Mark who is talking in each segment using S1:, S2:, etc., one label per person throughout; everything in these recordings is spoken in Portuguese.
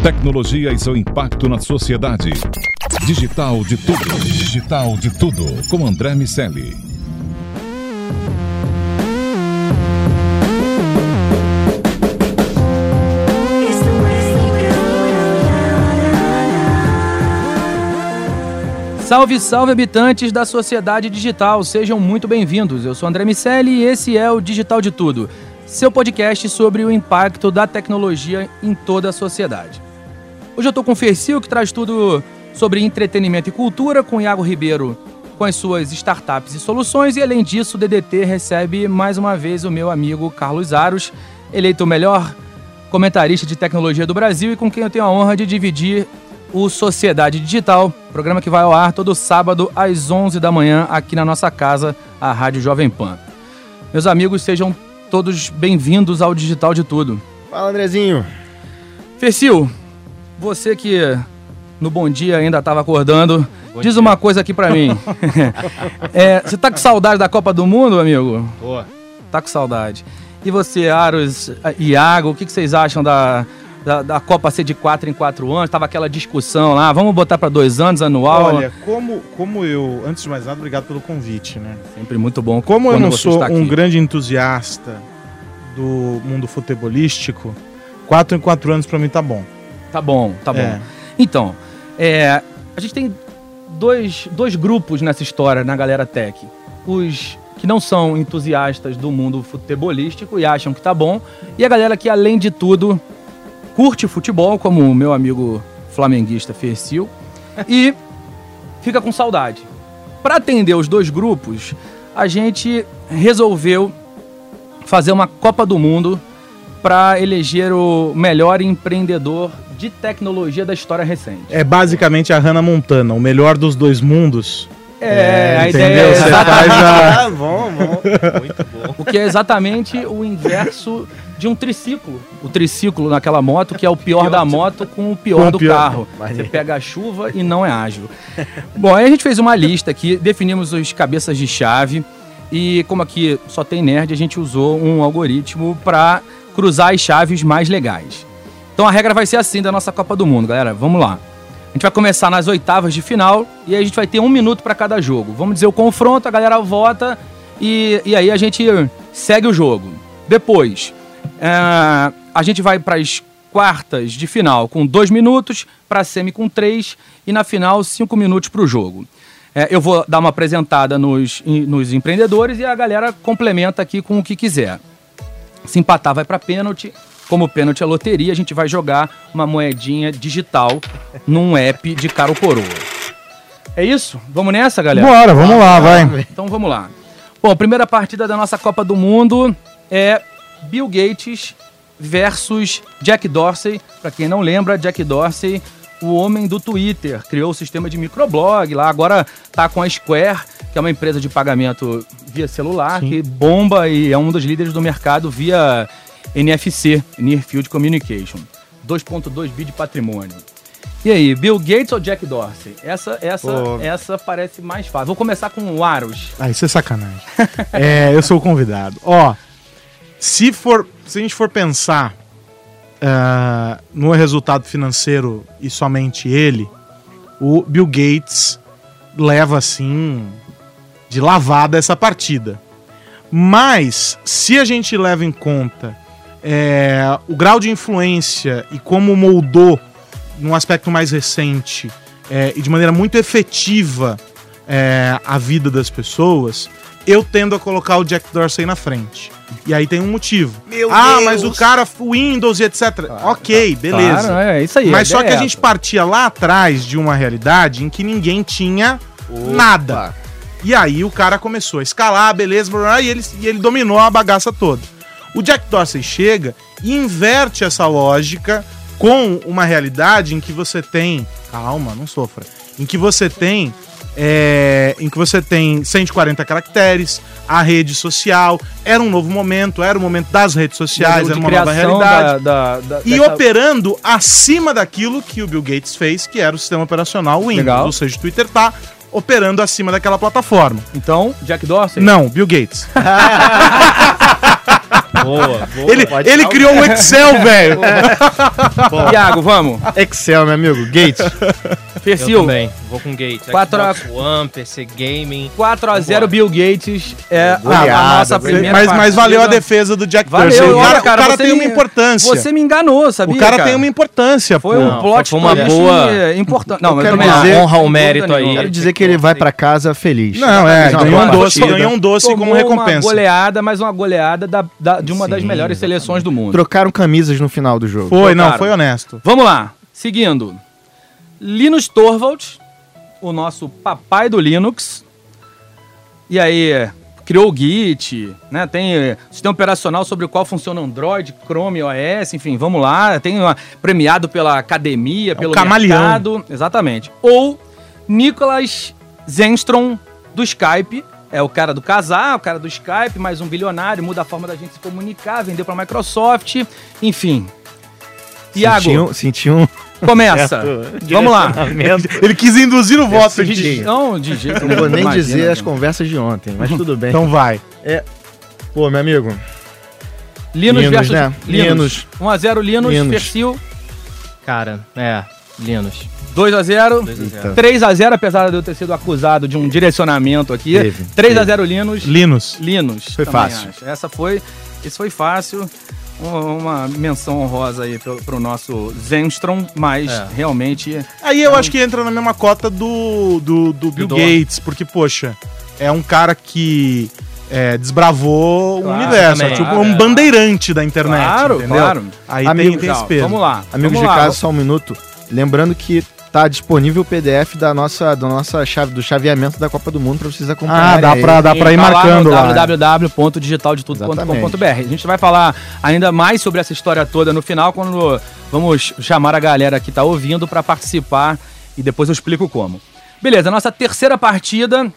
S1: Tecnologia e seu impacto na sociedade. Digital de tudo. Digital de tudo. Com André Miceli.
S2: Salve, salve habitantes da sociedade digital, sejam muito bem-vindos. Eu sou André Miceli e esse é o Digital de Tudo, seu podcast sobre o impacto da tecnologia em toda a sociedade. Hoje eu estou com o Fercil, que traz tudo sobre entretenimento e cultura, com o Iago Ribeiro com as suas startups e soluções, e além disso, o DDT recebe mais uma vez o meu amigo Carlos Aros, eleito o melhor comentarista de tecnologia do Brasil e com quem eu tenho a honra de dividir o Sociedade Digital, programa que vai ao ar todo sábado às 11 da manhã aqui na nossa casa, a Rádio Jovem Pan. Meus amigos, sejam todos bem-vindos ao Digital de Tudo.
S3: Fala, Andrezinho.
S2: Fercil, você que no Bom Dia ainda estava acordando, diz uma coisa aqui pra mim. É, você tá com saudade da Copa do Mundo, amigo?
S3: Tô.
S2: Tá com saudade. E você, Aros, ah, Iago, o que que vocês acham da, da, da Copa ser de 4 em 4 anos? Tava aquela discussão lá, vamos botar pra dois anos anual?
S3: Olha, como, como eu, antes de mais nada, obrigado pelo convite, né?
S2: Sempre muito bom.
S3: Como eu
S2: quando
S3: não
S2: você
S3: sou
S2: está
S3: um
S2: aqui.
S3: grande entusiasta do mundo futebolístico, 4 em 4 anos pra mim tá bom.
S2: Tá bom, tá bom.
S3: É.
S2: Então, é, a gente tem dois, dois grupos nessa história na galera tech. Os que não são entusiastas do mundo futebolístico e acham que tá bom, e a galera que, além de tudo, curte futebol, como o meu amigo flamenguista Fercil, e fica com saudade. Para atender os dois grupos, a gente resolveu fazer uma Copa do Mundo para eleger o melhor empreendedor de tecnologia da história recente.
S3: É basicamente a Hannah Montana, o melhor dos dois mundos. Tá,
S2: É, a
S3: entendeu?
S2: ideia é
S3: Você
S2: exata-
S3: faz a.
S4: bom, bom. Muito bom.
S2: o que é exatamente o inverso de um triciclo. O triciclo naquela moto, que é o pior da moto com o pior
S3: Com o
S2: do
S3: pior.
S2: carro. Você pega a chuva e não é ágil. Bom, aí a gente fez uma lista aqui, definimos os cabeças de chave e como aqui só tem nerd, a gente usou um algoritmo para cruzar as chaves mais legais. Então a regra vai ser assim da nossa Copa do Mundo, galera. Vamos lá. A gente vai começar nas oitavas de final e aí a gente vai ter um minuto para cada jogo. Vamos dizer o confronto, a galera vota e, e aí a gente segue o jogo. Depois, é, a gente vai para as quartas de final com dois minutos, para a semi com três e na final cinco minutos para o jogo. É, eu vou dar uma apresentada nos, em- nos empreendedores e a galera complementa aqui com o que quiser. Se empatar, vai para pênalti. Como pênalti é loteria, a gente vai jogar uma moedinha digital num app de caro coroa. É isso? Vamos nessa, galera?
S3: Bora, vamos lá, vai.
S2: Então vamos lá. Bom, a primeira partida da nossa Copa do Mundo é Bill Gates versus Jack Dorsey. Pra quem não lembra, Jack Dorsey, o homem do Twitter, criou o sistema de microblog lá, agora tá com a Square, que é uma empresa de pagamento via celular, que bomba e é um dos líderes do mercado via NFC, Near Field Communication. 2.2 bi de patrimônio. E aí, Bill Gates ou Jack Dorsey? Essa, essa,
S3: Pô.
S2: essa parece mais fácil. Vou começar com o Aros.
S3: Ah, isso é sacanagem. é, eu sou o convidado. Ó, se for, se a gente for pensar ah, no resultado financeiro e somente ele, o Bill Gates leva assim de lavada essa partida. Mas se a gente leva em conta é, o grau de influência e como moldou num aspecto mais recente é, e de maneira muito efetiva é, a vida das pessoas, eu tendo a colocar o Jack Dorsey na frente. E aí tem um motivo.
S4: Meu
S3: ah,
S4: Deus!
S3: mas o cara, o Windows e etc. ok, beleza.
S2: Ah, Claro, é isso aí.
S3: Mas
S2: a
S3: só que
S2: ideia
S3: a
S2: é
S3: gente
S2: essa.
S3: partia lá atrás de uma realidade em que ninguém tinha nada. E aí o cara começou a escalar, beleza, blá, blá, blá, e, ele, e ele dominou a bagaça toda. O Jack Dorsey chega e inverte essa lógica com uma realidade em que você tem. Calma, não sofra. Em que você tem. é, em que você tem 140 caracteres, a rede social, era um novo momento, era o momento das redes sociais,
S2: modelo de
S3: era é uma nova
S2: criação
S3: realidade
S2: da- da- da-
S3: e
S2: dessa-
S3: operando acima daquilo que o Bill Gates fez, que era o sistema operacional Windows.
S2: Legal.
S3: Ou seja, o Twitter tá operando acima daquela plataforma.
S2: Então, Jack Dorsey.
S3: Não, Bill Gates.
S4: Boa, boa.
S3: ele
S4: Pode
S3: ele
S4: dar um-
S3: criou um Excel, velho.
S2: Iago, vamos.
S5: Excel, meu amigo. Gates.
S4: Eu
S2: Perfil.
S4: também. Vou com Gates.
S2: Quatro a-
S4: Xbox One, PC Gaming.
S2: 4 a 0 Bill Gates é a- a,
S5: Goleada,
S2: nossa primeira
S3: mas, mas valeu a
S2: partida.
S3: defesa do Jack
S2: Valeu,
S3: Dorsey. O
S2: olha,
S3: cara, o
S2: cara,
S3: cara
S2: você
S3: tem
S2: me-
S3: uma importância.
S2: Você me enganou, sabia?
S3: o cara, tem uma importância,
S2: Foi
S3: pô.
S2: um plot
S4: foi uma
S2: twist
S4: boa-
S2: importante. Não, mas
S5: quero
S2: também
S5: dizer-
S4: honra ao mérito aí.
S5: Quero dizer que ele vai pra casa feliz.
S3: Não, é,
S5: Não,
S3: ganhou um
S5: uma
S3: doce,
S5: partida.
S3: ganhou um doce
S2: Tomou
S3: como
S2: Uma
S3: recompensa.
S2: goleada, mas uma goleada da- da- de uma das
S5: Sim,
S2: melhores seleções do mundo.
S5: Trocaram camisas no final do jogo.
S3: Foi, não,
S2: Trocaram.
S3: foi honesto.
S2: Vamos lá. Seguindo. Linus Torvalds, o nosso papai do Linux. E aí, criou o Git, né? Tem eh, sistema operacional sobre o qual funciona Android, Chrome, OS, enfim, vamos lá. Tem uma- premiado pela academia, pelo
S3: camaleão.
S2: mercado. Exatamente. Ou Nicolas Zenstrom, do Skype. É o cara do casar, o cara do Skype, mais um bilionário, muda a forma da gente se comunicar, vendeu pra Microsoft, enfim.
S5: Senti
S2: Iago,
S5: um, senti um
S2: Começa. Vamos lá.
S3: Ele quis induzir o voto,
S5: senti.
S3: Didi.
S2: Não, de jeito
S5: Não vou nem
S2: imagina, né?
S5: dizer as
S2: não.
S5: conversas de ontem, mas tudo bem.
S3: né?
S5: É,
S3: Então vai.
S5: Pô, meu amigo,
S2: Linus,
S5: Linus,
S2: versus
S5: né?
S2: Linus. 1x0 Linus,
S5: Linus.
S2: perfil.
S4: Cara, é. Linus.
S2: 2x0.
S4: 2x0.
S2: 3x0, apesar de eu ter sido acusado de um direcionamento aqui.
S5: Teve,
S2: 3x0 Linus.
S3: Linus.
S2: Linus.
S5: Foi
S2: também
S5: fácil.
S2: acho. Essa foi. Isso foi fácil. Um- Uma menção honrosa aí pro, pro nosso Zenstrom, mas
S4: É.
S2: realmente.
S3: Aí eu acho que entra na mesma cota do, do, do Bill
S4: Dor.
S3: Gates, porque, poxa, é um cara que é, desbravou
S2: Claro,
S3: o universo. É
S4: também.
S3: tipo
S2: Claro,
S3: um
S2: é.
S3: bandeirante da internet.
S2: Claro,
S3: entendeu?
S2: claro.
S3: Aí tem,
S5: Amigo,
S3: tem esse
S2: Legal,
S3: peso.
S2: Vamos lá.
S5: amigos
S2: vamos
S5: de
S2: lá.
S5: casa, só um minuto. Lembrando que tá disponível o PDF da nossa, da nossa chave, do chaveamento da Copa do Mundo pra vocês
S3: Ah,
S5: acompanharem.
S3: dá
S5: aí.
S3: pra, dá
S2: Tá
S3: pra ir marcando lá. né?
S2: www.digitaldetudo.com.br. A gente vai falar ainda mais sobre essa história toda no final, quando vamos chamar a galera que está ouvindo para participar e depois eu explico como. Beleza, nossa terceira partida,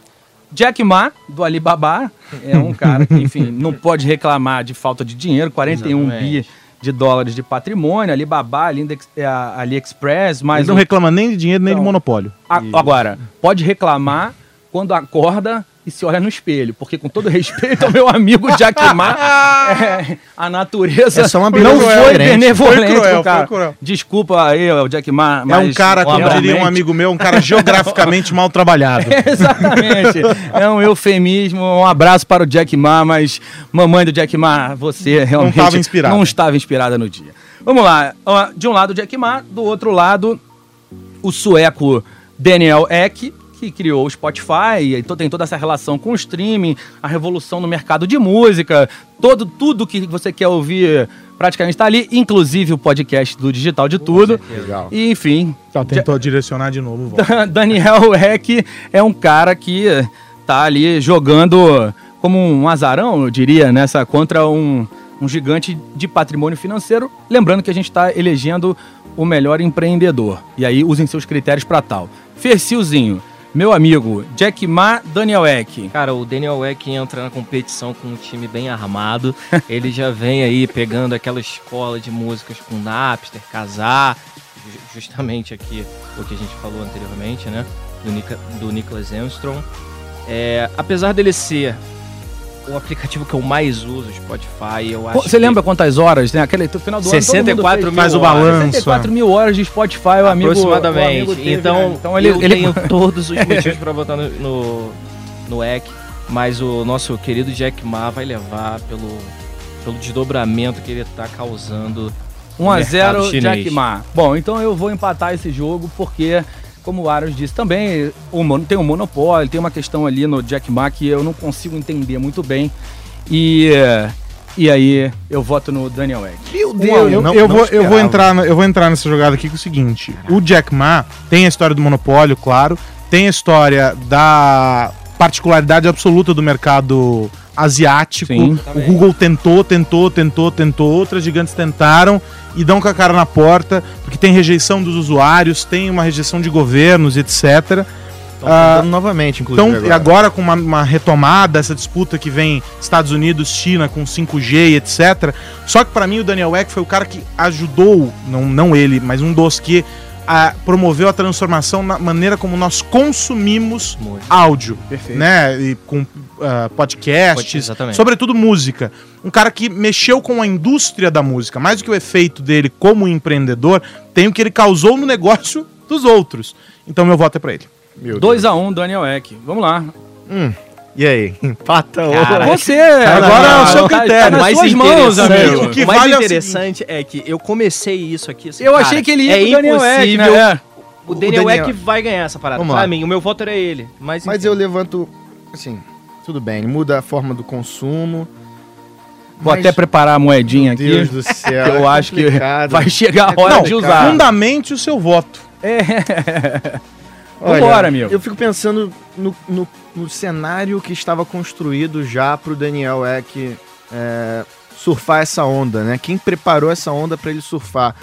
S2: Jack Ma, do Alibaba, é um cara que, enfim, não pode reclamar de falta de dinheiro, 41 bi de dólares de patrimônio, Alibaba, Alindex- é, a- AliExpress, mais
S3: Ele não
S2: um
S3: reclama nem de dinheiro, nem
S2: Então,
S3: de monopólio.
S2: a- Agora, pode reclamar quando acorda e se olha no espelho, porque com todo respeito ao meu amigo Jack Ma, é, a natureza
S5: É só uma beleza
S2: não foi
S5: coerente.
S2: benevolente,
S3: Foi cruel,
S2: com o cara.
S3: foi cruel.
S2: Desculpa aí, o Jack Ma,
S3: É um cara, como diria um
S2: realmente-
S3: amigo meu, um cara geograficamente mal trabalhado.
S2: É. Exatamente. É um eufemismo. Um abraço para o Jack Ma, mas mamãe do Jack Ma, você realmente
S3: estava inspirada.
S2: não estava inspirada no dia. Vamos lá. Ó, De um lado o Jack Ma, do outro lado o sueco Daniel Ek, que criou o Spotify, e to- tem toda essa relação com o streaming, a revolução no mercado de música, todo tudo que você quer ouvir praticamente está ali, inclusive o podcast do Digital de Tudo.
S5: Legal.
S2: E, enfim,
S3: Tá, tentou direcionar de novo o voto.
S2: Dan- Daniel Eck é um cara que tá ali jogando como um azarão, eu diria, nessa contra um, um gigante de patrimônio financeiro. Lembrando que a gente está elegendo o melhor empreendedor. E aí usem seus critérios para tal. Fercilzinho, meu amigo, Jack Ma, Daniel Eck.
S4: Cara, o Daniel Eck entra na competição com um time bem armado. Ele já vem aí pegando aquela escola de músicas com Napster, Casar, ju- justamente aqui o que a gente falou anteriormente, né? Do, Nica, do Nicholas Armstrong. É, apesar dele ser o aplicativo que eu mais uso, o Spotify, eu acho
S2: Você
S4: que-
S2: lembra quantas horas, né? Aquele no final do ano, todo mundo
S4: 64
S2: fez-
S4: mil
S3: Faz o
S4: horas.
S3: balanço.
S2: 64 mil horas de Spotify, o amigo.
S4: aproximadamente.
S2: o amigo teve,
S4: então,
S2: né? então ele,
S4: eu
S2: ele-
S4: tenho todos os motivos para botar no, no, no EC, mas o nosso querido Jack Ma vai levar pelo, pelo desdobramento que ele tá causando.
S2: 1 a 0
S4: mercado chinês.
S2: Jack Ma. Bom, então eu vou empatar esse jogo porque, como o Arius disse também, o mon- tem um monopólio, tem uma questão ali no Jack Ma que eu não consigo entender muito bem. E, e aí eu voto no Daniel Um Egg.
S5: Meu
S3: Eu,
S5: Deus,
S3: eu,
S5: não-
S3: eu
S5: não
S3: vou, eu, vou
S5: esperava.
S3: entrar na- eu vou entrar nessa jogada aqui com o seguinte: o Jack Ma tem a história do monopólio, claro, tem a história da particularidade absoluta do mercado asiático.
S2: Sim.
S3: O Google tentou, tentou, tentou, tentou, outras gigantes tentaram e dão com a cara na porta, porque tem rejeição dos usuários, tem uma rejeição de governos, etc.
S4: Então,
S5: Estão
S3: Ah,
S5: tentando novamente, inclusive.
S3: Então, e agora com uma, uma retomada, essa disputa que vem Estados Unidos, China com 5G e etc. Só que pra mim o Daniel Eck foi o cara que ajudou, não, não ele, mas um dos que ah, promoveu a transformação na maneira como nós consumimos
S4: Muito.
S3: áudio, né? E com ah, podcasts,
S4: Pod- exatamente.
S3: sobretudo música. Um cara que mexeu com a indústria da música, mais do que o efeito dele como empreendedor, tem o que ele causou no negócio dos outros. Então meu voto é pra ele.
S5: Meu
S2: 2x1, Daniel Eck. Vamos lá.
S5: Deus. E aí? Empata ou...
S2: Você,
S3: agora é o seu
S2: tá- Tá
S3: critério.
S2: nas
S3: Mais
S2: suas mãos,
S3: interessante.
S2: amigo.
S3: O que
S4: o mais
S3: vale é o
S4: interessante é, que eu comecei isso aqui. assim,
S2: Eu
S4: cara,
S2: achei que ele ia
S4: é
S2: pro Daniel Eck,
S4: impossível.
S2: né? É.
S4: O Daniel,
S5: O Daniel-
S4: Eck vai ganhar essa parada.
S5: Vamos
S4: Pra
S5: lá.
S4: mim, o meu voto era ele. Mas,
S5: Mas
S4: enfim.
S5: eu levanto, assim, tudo bem, ele muda a forma do consumo.
S2: Vou
S5: Mas,
S2: até preparar a moedinha
S5: Meu
S2: aqui.
S5: Deus do céu.
S2: que eu
S5: é
S2: acho que
S5: complicado.
S2: vai chegar a hora
S5: Não,
S2: de usar. É.
S3: Fundamente o seu voto.
S5: Olha,
S2: Vambora, amigo.
S5: Eu fico pensando no, no- no cenário que estava construído já pro Daniel Eck é, surfar essa onda, né? Quem preparou essa onda para ele surfar?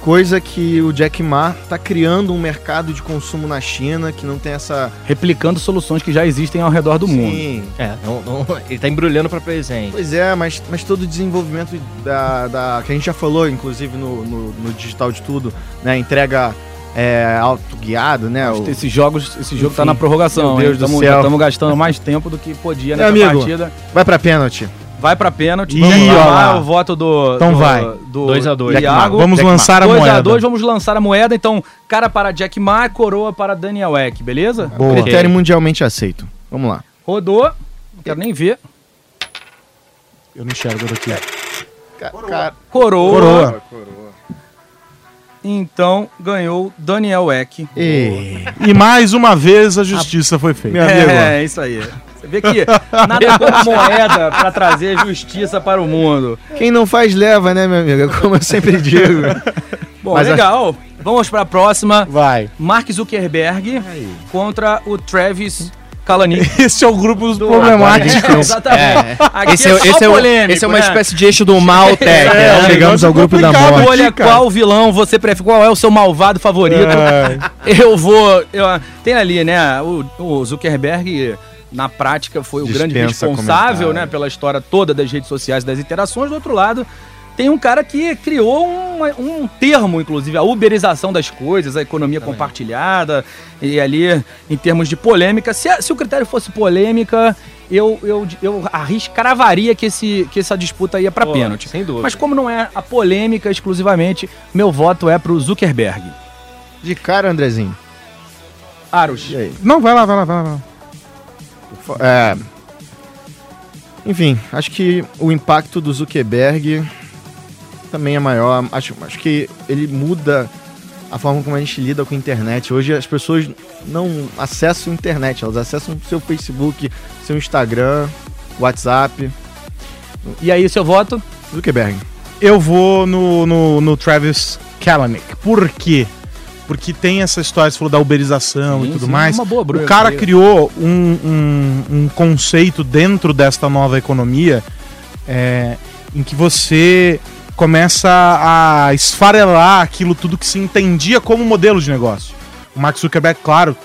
S5: Coisa que o Jack Ma tá criando um mercado de consumo na China que não tem essa.
S2: Replicando soluções que já existem ao redor do mundo.
S5: Sim.
S4: É, não- não- ele tá embrulhando pra presente.
S5: Pois é, mas, mas todo o desenvolvimento da, da- que a gente já falou, inclusive no, no- no digital de tudo, né? Entrega é, autoguiado, né? O-
S2: Esses jogos, esse jogo tá
S5: Enfim.
S2: na prorrogação.
S5: Meu Deus do céu.
S2: Estamos gastando mais tempo do que podia
S5: Meu
S2: nessa
S5: amigo.
S2: partida.
S5: Vai pra pênalti.
S2: Vai pra pênalti.
S3: Ih,
S2: Vamos
S3: ó
S2: lá,
S3: lá.
S2: o voto do.
S3: Então
S2: do,
S3: vai.
S2: Do,
S4: Dois a dois.
S2: Iago.
S3: Vamos
S5: Jack Ma.
S3: lançar a
S2: 2 a
S3: moeda.
S2: 2 vamos lançar a moeda. Então, cara para Jack Ma, coroa para Daniel Eck, beleza?
S3: Boa.
S5: Critério mundialmente aceito. Vamos lá.
S2: Rodou. Não quero nem ver.
S3: Eu não enxergo daqui.
S5: Cara,
S2: Coroa.
S3: Coroa.
S2: Então, ganhou Daniel Eck.
S5: e...
S3: E mais uma vez a justiça foi feita.
S2: É, isso aí. Você vê que nada como moeda pra trazer justiça para o mundo.
S5: Quem não faz, leva, né, meu amigo? Como eu sempre digo.
S2: Bom,
S5: Mas
S2: legal. Vamos pra próxima.
S3: Vai.
S2: Mark Zuckerberg contra o Travis Kalanick.
S3: Esse é o grupo dos
S5: Agora a
S3: problemáticos.
S5: gente
S2: É, Exatamente. Aqui
S6: Esse é,
S2: só
S6: esse, é, o-
S2: polêmico,
S6: esse é uma
S2: né?
S6: espécie de eixo do mal, Tech.
S3: É,
S6: né?
S3: um
S5: Chegamos
S3: negócio
S5: ao grupo da
S3: complicado,
S5: morte.
S2: Olha
S3: cara.
S2: qual vilão você prefere, qual é o seu malvado favorito.
S3: É.
S2: Eu vou. eu- tem ali, né? O, o Zuckerberg, na prática, foi o grande
S5: Dispensa
S2: responsável,
S5: comentário.
S2: né? Pela história toda das redes sociais, das interações. Do outro lado, tem um cara que criou um, um termo, inclusive, a uberização das coisas, a economia compartilhada. E ali, em termos de polêmica, se, a- se o critério fosse polêmica. Eu, eu, eu arriscavaria que, esse, que essa disputa ia pra
S4: Pô,
S2: pênalti.
S4: sem dúvida.
S2: Mas como não é a polêmica exclusivamente, meu voto é pro Zuckerberg.
S5: De cara, Andrezinho.
S2: Aros.
S5: E aí?
S3: Não, vai lá, vai lá, vai lá, vai lá.
S5: Fo- É... Enfim, acho que o impacto do Zuckerberg também é maior. Acho, acho que ele muda a forma como a gente lida com a internet. Hoje as pessoas não acessam a internet, elas acessam seu Facebook, seu Instagram, WhatsApp.
S2: E aí, seu voto?
S5: Zuckerberg.
S3: Eu vou no, no, no Travis Kalanick. Por quê? Porque tem essa história, você falou da uberização
S2: Sim,
S3: e tudo
S2: sim,
S3: mais.
S2: uma boa, Bruno,
S3: o cara
S2: eu-
S3: criou um, um, um conceito dentro desta nova economia é, em que você começa a esfarelar aquilo tudo que se entendia como modelo de negócio. O Mark Zuckerberg, claro,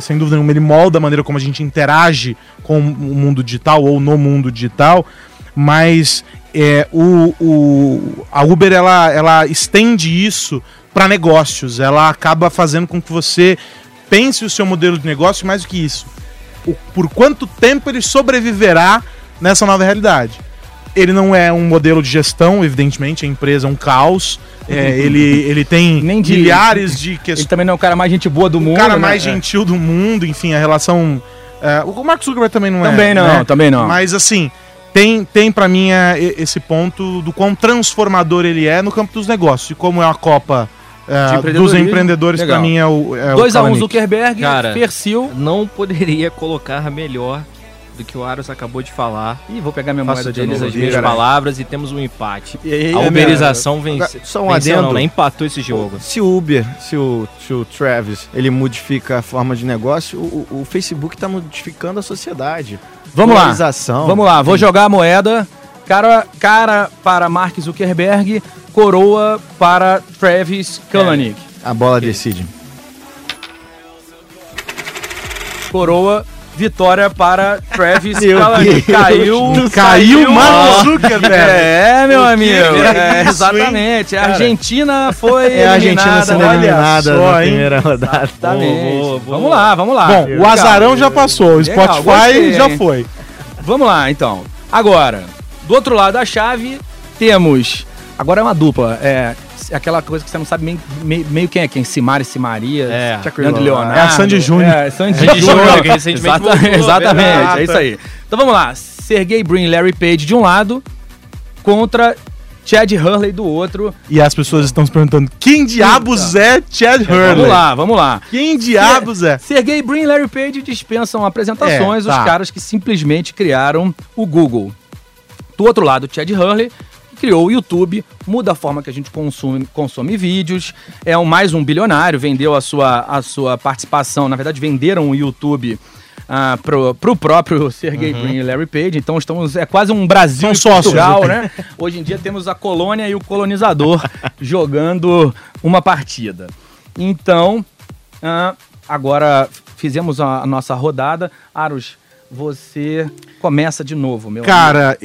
S3: sem dúvida nenhuma, ele molda a maneira como a gente interage com o mundo digital ou no mundo digital, mas é, o, o- a Uber ela, ela estende isso para negócios, ela acaba fazendo com que você pense o seu modelo de negócio e mais do que isso. o- por quanto tempo ele sobreviverá nessa nova realidade? Ele não é um modelo de gestão, evidentemente, a empresa é um caos. é, ele, ele tem
S2: Uhum. Nem de-
S3: milhares de
S2: Ele
S3: questões
S2: também não é o cara mais gente boa do mundo.
S3: o Um cara
S2: né?
S3: mais
S2: É.
S3: gentil do mundo, enfim, a relação. é, o Mark Zuckerberg também não é.
S2: Também não,
S3: né?
S2: também não.
S3: Mas assim, tem, tem para mim é, e- esse ponto do quão transformador ele é no campo dos negócios. E como é uma Copa é,
S2: De empreendedorismo,
S3: dos empreendedores,
S2: legal.
S3: pra mim é o.
S2: 2x1
S3: É o Kalanick.
S2: Zuckerberg,
S4: Cara.
S2: Persil.
S4: Não poderia colocar melhor do que o Aros acabou de falar.
S2: Ih, vou pegar minha
S4: Faço
S2: moeda de
S4: deles
S2: novo.
S4: as minhas
S5: caralho.
S4: palavras e temos um empate.
S2: E aí,
S4: a
S2: é
S4: uberização vence,
S5: Só um
S4: venceu,
S5: adendo.
S4: não, né? empatou esse jogo.
S5: Se o Uber, se o, se o Travis, ele modifica a forma de negócio, o, o- o Facebook está modificando a tá sociedade.
S2: Vamos lá.
S5: Polarização.
S2: Vamos lá, vou jogar a moeda. Cara, cara para Mark Zuckerberg, coroa para Travis Kalanick.
S5: A bola decide.
S2: Coroa, vitória para Travis
S5: Meu
S2: Kalanick.
S5: Deus
S2: Caiu,
S5: do céu.
S3: Caiu, mano,
S2: ó.
S3: Zuckerberg.
S2: É, meu amigo. é,
S3: isso, hein?
S2: exatamente. A Argentina foi
S5: É a Argentina
S2: eliminada.
S5: sendo
S2: olha
S5: eliminada
S2: só,
S5: na
S2: hein?
S5: primeira rodada.
S2: Exatamente. Vamos lá, vamos lá.
S3: Bom, o
S2: Ah, Legal.
S3: azarão já passou, o
S2: Legal,
S3: Spotify
S2: gostei,
S3: já
S2: hein?
S3: foi.
S2: Vamos lá, então. Agora, do outro lado da chave, temos. Agora é uma dupla. É aquela coisa que você não sabe meio, meio, meio quem é quem. Simari, Simaria,
S4: É.
S2: Leandro Leonardo.
S3: É a Sandy Júnior.
S2: É, Sandy
S4: Sandy
S2: Júnior.
S4: Júnior, que recentemente
S2: Exata-
S4: voltou,
S2: Exatamente,
S4: verdade.
S2: é isso aí. Então vamos lá. Sergey Brin e Larry Page de um lado contra Chad Hurley do outro.
S3: E as pessoas estão se perguntando: quem diabos é Chad Hurley?
S2: Vamos lá, vamos lá.
S3: Quem diabos é?
S2: Sergey Brin e Larry Page dispensam apresentações,
S3: É, tá.
S2: os caras que simplesmente criaram o Google. Do outro lado, Chad Hurley que criou o YouTube, muda a forma que a gente consome, consome vídeos, é um, mais um bilionário, vendeu a sua, a sua participação, na verdade venderam o YouTube ah, pro, pro próprio Sergey Brin e Larry Page, então estamos, é quase um Brasil
S3: Uhum. São
S2: e
S3: sócios,
S2: Portugal,
S3: né?
S2: né? Hoje em dia temos a colônia e o colonizador jogando uma partida. Então, ah, agora fizemos a, a nossa rodada. Aros, você começa de novo, meu
S3: Cara,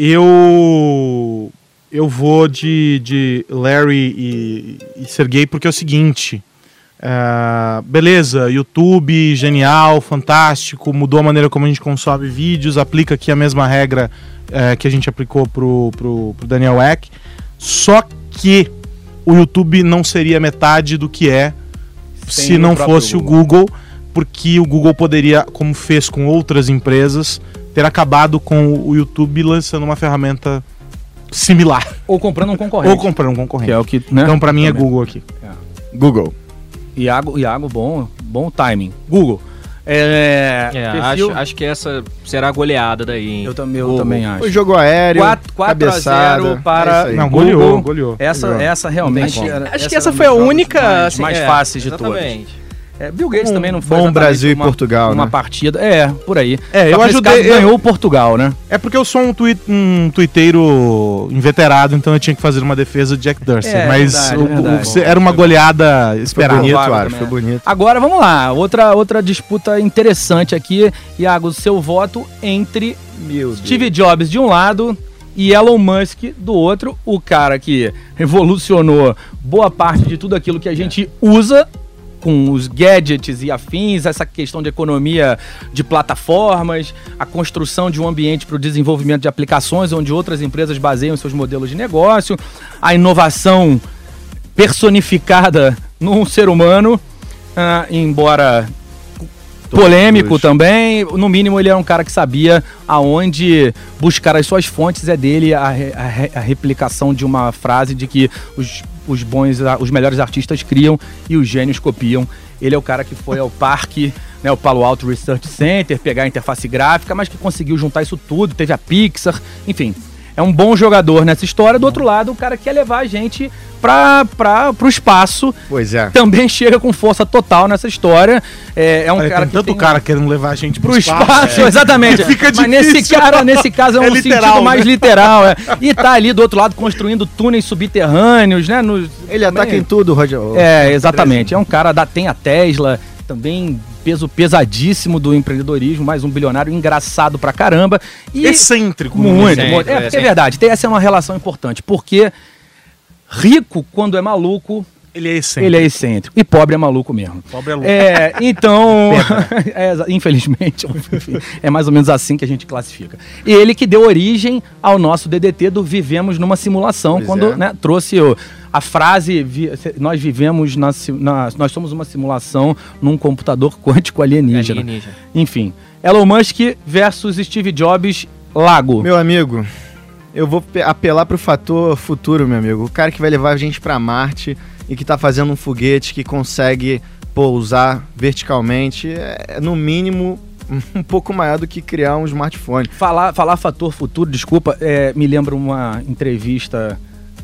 S3: eu. Eu vou de, de Larry e, e Sergey porque é o seguinte. ah, beleza, YouTube, genial, fantástico, mudou a maneira como a gente consome vídeos, aplica aqui a mesma regra eh, que a gente aplicou pro, pro, pro Daniel Eck. Só que o YouTube não seria metade do que é
S2: Sem
S3: se
S2: o
S3: não
S2: próprio
S3: fosse o Google, porque o Google poderia, como fez com outras empresas, ter acabado com o YouTube lançando uma ferramenta similar
S2: Ou comprando um concorrente.
S3: ou comprando um concorrente.
S2: Que é o que, né?
S3: Então, pra mim é Google aqui.
S5: Google.
S2: Iago, Iago, bom, bom timing. Google. É,
S4: É,
S2: perfil-
S4: acho, acho que essa será a goleada daí, hein?
S2: Eu, também, eu também acho.
S5: O jogo aéreo,
S2: 4, 4 a 0
S5: cabeçada.
S2: para
S5: É isso aí.
S3: Não,
S2: Google.
S3: goleou, goleou.
S2: Essa, é
S5: Goleou.
S2: essa realmente.
S4: Acho,
S2: era-
S4: acho que essa
S2: era um
S4: foi a
S2: dos jogos
S4: única.
S2: Mais,
S4: assim,
S2: mais
S4: é,
S2: fácil de todas.
S4: exatamente.
S2: É, Bill Gates
S3: Um
S2: também não foi.
S5: Bom
S2: exatamente
S5: Brasil e
S2: uma-
S5: Portugal,
S2: Uma
S5: né?
S2: partida. É, por aí.
S3: É,
S2: que
S3: eu
S2: nesse
S3: ajudei-
S2: caso
S3: eu-
S2: ganhou o Portugal, né?
S3: É porque eu sou um, twi um tuiteiro inveterado, então eu tinha que fazer uma defesa de Jack Dorsey.
S2: É,
S3: mas
S2: verdade,
S3: o- o-
S2: verdade.
S3: se- era uma goleada esperada.
S5: bonito,
S2: Provável
S5: Aros,
S2: também,
S5: foi
S2: é.
S5: bonito.
S2: Agora vamos lá, outra, outra disputa interessante aqui. Iago, seu voto entre Steve Jobs de um lado e Elon Musk do outro, o cara que revolucionou boa parte de tudo aquilo que a gente usa com os gadgets e afins, essa questão de economia de plataformas, a construção de um ambiente para o desenvolvimento de aplicações onde outras empresas baseiam seus modelos de negócio, a inovação personificada num ser humano, ah, embora polêmico
S5: Todos.
S2: também. No mínimo, ele era um cara que sabia aonde buscar as suas fontes. É dele a, re- a re- a replicação de uma frase de que os, os bons, a- os melhores artistas criam e os gênios copiam. Ele é o cara que foi ao parque, né, o Palo Alto Research Center, pegar a interface gráfica, mas que conseguiu juntar isso tudo. Teve a Pixar, enfim. É um bom jogador nessa história. Do outro lado, o cara quer levar a gente para o espaço.
S5: Pois é.
S2: Também chega com força total nessa história. É, é um
S3: Olha,
S2: cara
S3: tem
S2: que
S3: tanto
S2: tem-
S3: cara querendo levar a gente pro, é
S2: pro espaço, exatamente.
S3: Fica
S2: Mas nesse,
S3: difícil.
S2: cara, nesse caso é um
S3: É literal,
S2: sentido mais
S3: né?
S2: literal. é. E tá ali do outro lado construindo túneis subterrâneos, né? nos-
S5: Ele ataca em tudo, Roger.
S2: É, exatamente. É um cara da tem a Tesla, também peso pesadíssimo do empreendedorismo, mais um bilionário engraçado pra caramba. E
S3: Excêntrico.
S2: é
S3: né?
S2: muito,
S4: Sim,
S2: muito.
S4: é,
S2: É, porque é
S4: sim.
S2: verdade, tem- essa é uma relação importante, porque rico quando é maluco,
S3: Ele é excêntrico.
S2: ele é excêntrico. E pobre é maluco mesmo.
S3: Pobre é louco.
S2: É, então, é, exa- infelizmente, enfim, é mais ou menos assim que a gente classifica. E ele que deu origem ao nosso DDT do Vivemos numa Simulação,
S5: Pois
S2: quando
S5: é.
S2: né, trouxe o- a frase, vi- se- nós vivemos, na, si- na- nós somos uma simulação num computador quântico alienígena.
S4: Alienígena.
S2: Enfim, Elon Musk versus Steve Jobs, Lago.
S5: Meu amigo, eu vou pe- apelar pro fator futuro, meu amigo. O cara que vai levar a gente pra Marte e que tá fazendo um foguete que consegue pousar verticalmente é, é, no mínimo, um pouco maior do que criar um smartphone.
S2: Falar, falar fator futuro, desculpa, é, me lembra uma entrevista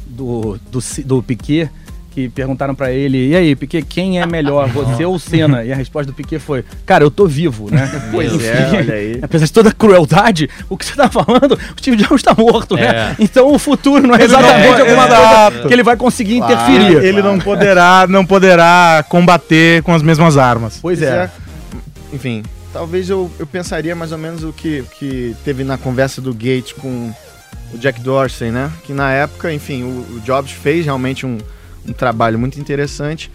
S2: do, do, Ci- do Piquet, que perguntaram pra ele, e aí, Piquet, quem é melhor, você ou Senna? E a resposta do Piquet foi, cara, eu tô vivo, né?
S5: Pois é, olha aí.
S2: Apesar de toda a crueldade, o que você tá falando, o Steve Jobs tá morto, né?
S4: É.
S2: Então o futuro não é exatamente
S3: não-
S2: alguma
S3: Exato.
S2: coisa que ele vai conseguir
S5: Claro.
S2: interferir.
S3: Ele não poderá, não poderá combater com as mesmas armas.
S2: Pois
S5: Pois
S2: é.
S5: é. Enfim, talvez eu, eu pensaria mais ou menos o que, que teve na conversa do Gates com o Jack Dorsey, né? Que na época, enfim, o, o Jobs fez realmente um, um trabalho muito interessante.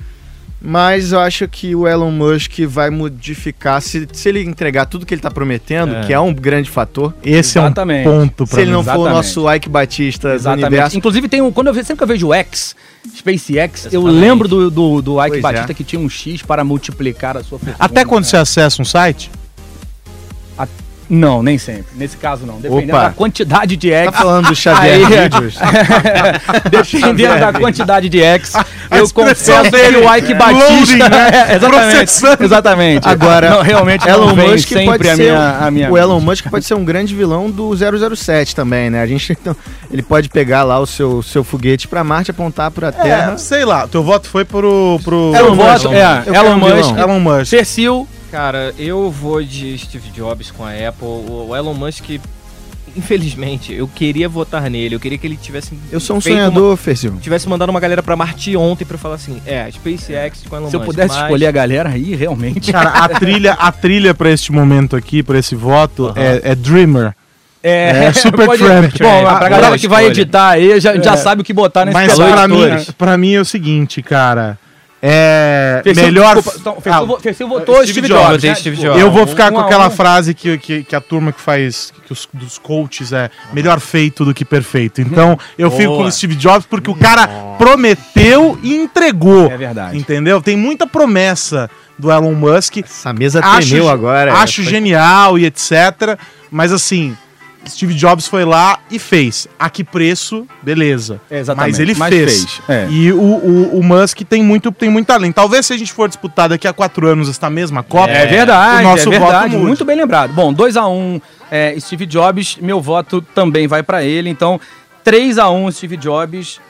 S5: Mas eu acho que o Elon Musk vai modificar, se, se ele entregar tudo que ele está prometendo, que é um grande fator, tá?
S3: Esse
S2: Exatamente.
S3: é um ponto
S5: se
S3: pra
S5: ele
S3: mim.
S5: não for o
S2: exatamente.
S5: nosso Ike Batista do
S2: Exatamente.
S5: universo,
S2: Inclusive, tem um, quando eu, ve- sempre que eu vejo o X, SpaceX, eu
S4: Exatamente.
S2: lembro do, do, do Ike
S5: Pois
S2: Batista
S5: é.
S2: que tinha um X para multiplicar a sua fortuna.
S3: Até quando
S2: né?
S3: você acessa um site,
S2: Não, nem sempre. Nesse caso, não. Dependendo
S5: Opa.
S2: da quantidade de X.
S5: tá falando do Xavier
S2: Aí-
S5: Vídeos.
S2: Dependendo da quantidade de X, eu
S3: expressão
S2: confesso
S3: dele.
S2: que o Ike
S3: É.
S2: Batista.
S3: Loading, né?
S2: É,
S3: Processando.
S2: exatamente. Exatamente.
S5: Agora,
S2: não, realmente
S5: Elon
S2: não vem
S5: Musk
S2: sempre
S5: pode
S2: a
S5: ser um-
S2: minha, a minha.
S5: o Elon Musk pode ser um grande vilão do 007 também, né? A gente então, ele pode pegar lá o seu, seu foguete pra Marte, apontar pra Terra.
S3: É, sei lá, teu voto foi pro. pro
S2: Elon
S4: Musk.
S2: Musk. É,
S5: Eu quero
S2: Elon
S5: um vilão.
S2: Musk.
S3: Elon Musk.
S2: Cecil.
S4: Cara, eu vou de Steve Jobs com a Apple. O Elon Musk, infelizmente, eu queria votar nele. Eu queria que ele tivesse.
S5: Eu sou um
S4: feito uma-
S5: sonhador, Ferzinho.
S4: tivesse mandado uma galera pra Marte ontem pra falar assim: é, SpaceX com Elon
S2: Se eu
S4: Musk,
S2: pudesse
S4: mas-
S2: escolher a galera aí, realmente.
S3: Cara, a trilha, a trilha pra este momento aqui, pra esse voto, é, é Dreamer.
S2: É,
S3: É, Super
S2: pode-
S3: Trump.
S2: Bom,
S3: Ah,
S2: pra galera
S4: boa
S2: que vai
S4: escolha.
S2: editar aí, já, já sabe o que botar Tá nesse
S3: É. Mas
S2: telão.
S3: pra mim,
S2: Dois.
S3: pra mim é o seguinte, cara. É.
S2: Fecil-
S3: melhor.
S2: desculpa, então, Fecil
S3: Ah,
S2: vo- Fecil votou
S3: Steve
S2: Steve
S3: Jobs,
S2: Jobs.
S4: eu dei
S2: né?
S4: Steve
S2: Pô,
S4: Jobs.
S3: Eu vou ficar
S2: Um
S3: com
S2: a
S3: aquela
S2: um.
S3: frase que, que, que a turma que faz, que os dos coaches é melhor feito do que perfeito. Então eu fico com o Steve Jobs porque o cara prometeu e entregou.
S2: É verdade.
S3: Entendeu? Tem muita promessa do Elon Musk.
S5: Essa mesa
S3: Acho,
S5: tremeu agora. é,
S3: acho
S5: Foi-
S3: genial e etc. Mas assim, Steve Jobs foi lá e fez. A que preço? Beleza.
S2: É, exatamente.
S3: Mas ele
S2: Mas
S3: fez.
S2: fez, é.
S3: E o, o, o Musk tem muito, tem muito além. Talvez se a gente for disputar daqui a quatro anos esta mesma Copa,
S2: É verdade,
S3: o nosso
S2: é verdade.
S3: voto mude.
S2: Muito bem lembrado. Bom, 2x1 é, Steve Jobs, meu voto também vai pra ele. Então, 3x1 Steve Jobs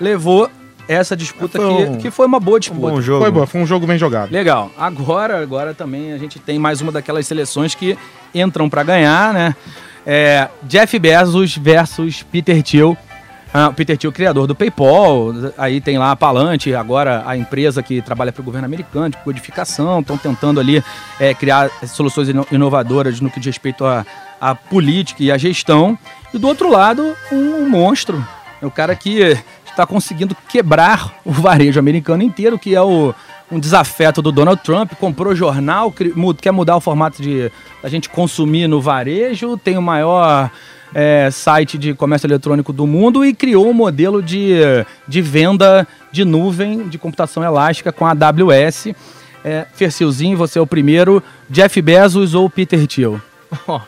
S2: levou essa disputa
S5: Foi
S2: que,
S5: um-
S2: que foi uma boa
S5: um
S2: disputa.
S5: bom jogo.
S3: Foi bom, foi um jogo bem jogado.
S2: Legal. Agora, agora também a gente tem mais uma daquelas seleções que entram pra ganhar, né? É, Jeff Bezos versus Peter Thiel. Ah, Peter Thiel, criador do PayPal, aí tem lá a Palante, agora a empresa que trabalha para o governo americano de codificação, estão tentando ali é, criar soluções ino- inovadoras no que diz respeito à, à política e à gestão. E do outro lado, um monstro, é o cara que está conseguindo quebrar o varejo americano inteiro, que é o, um desafeto do Donald Trump, comprou jornal, cri- mu- quer mudar o formato de a gente consumir no varejo, tem o maior é, site de comércio eletrônico do mundo e criou um modelo de, de venda de nuvem de computação elástica com a AWS. É, Fercilzinho, você é o primeiro, Jeff Bezos ou Peter Thiel?
S4: Ó,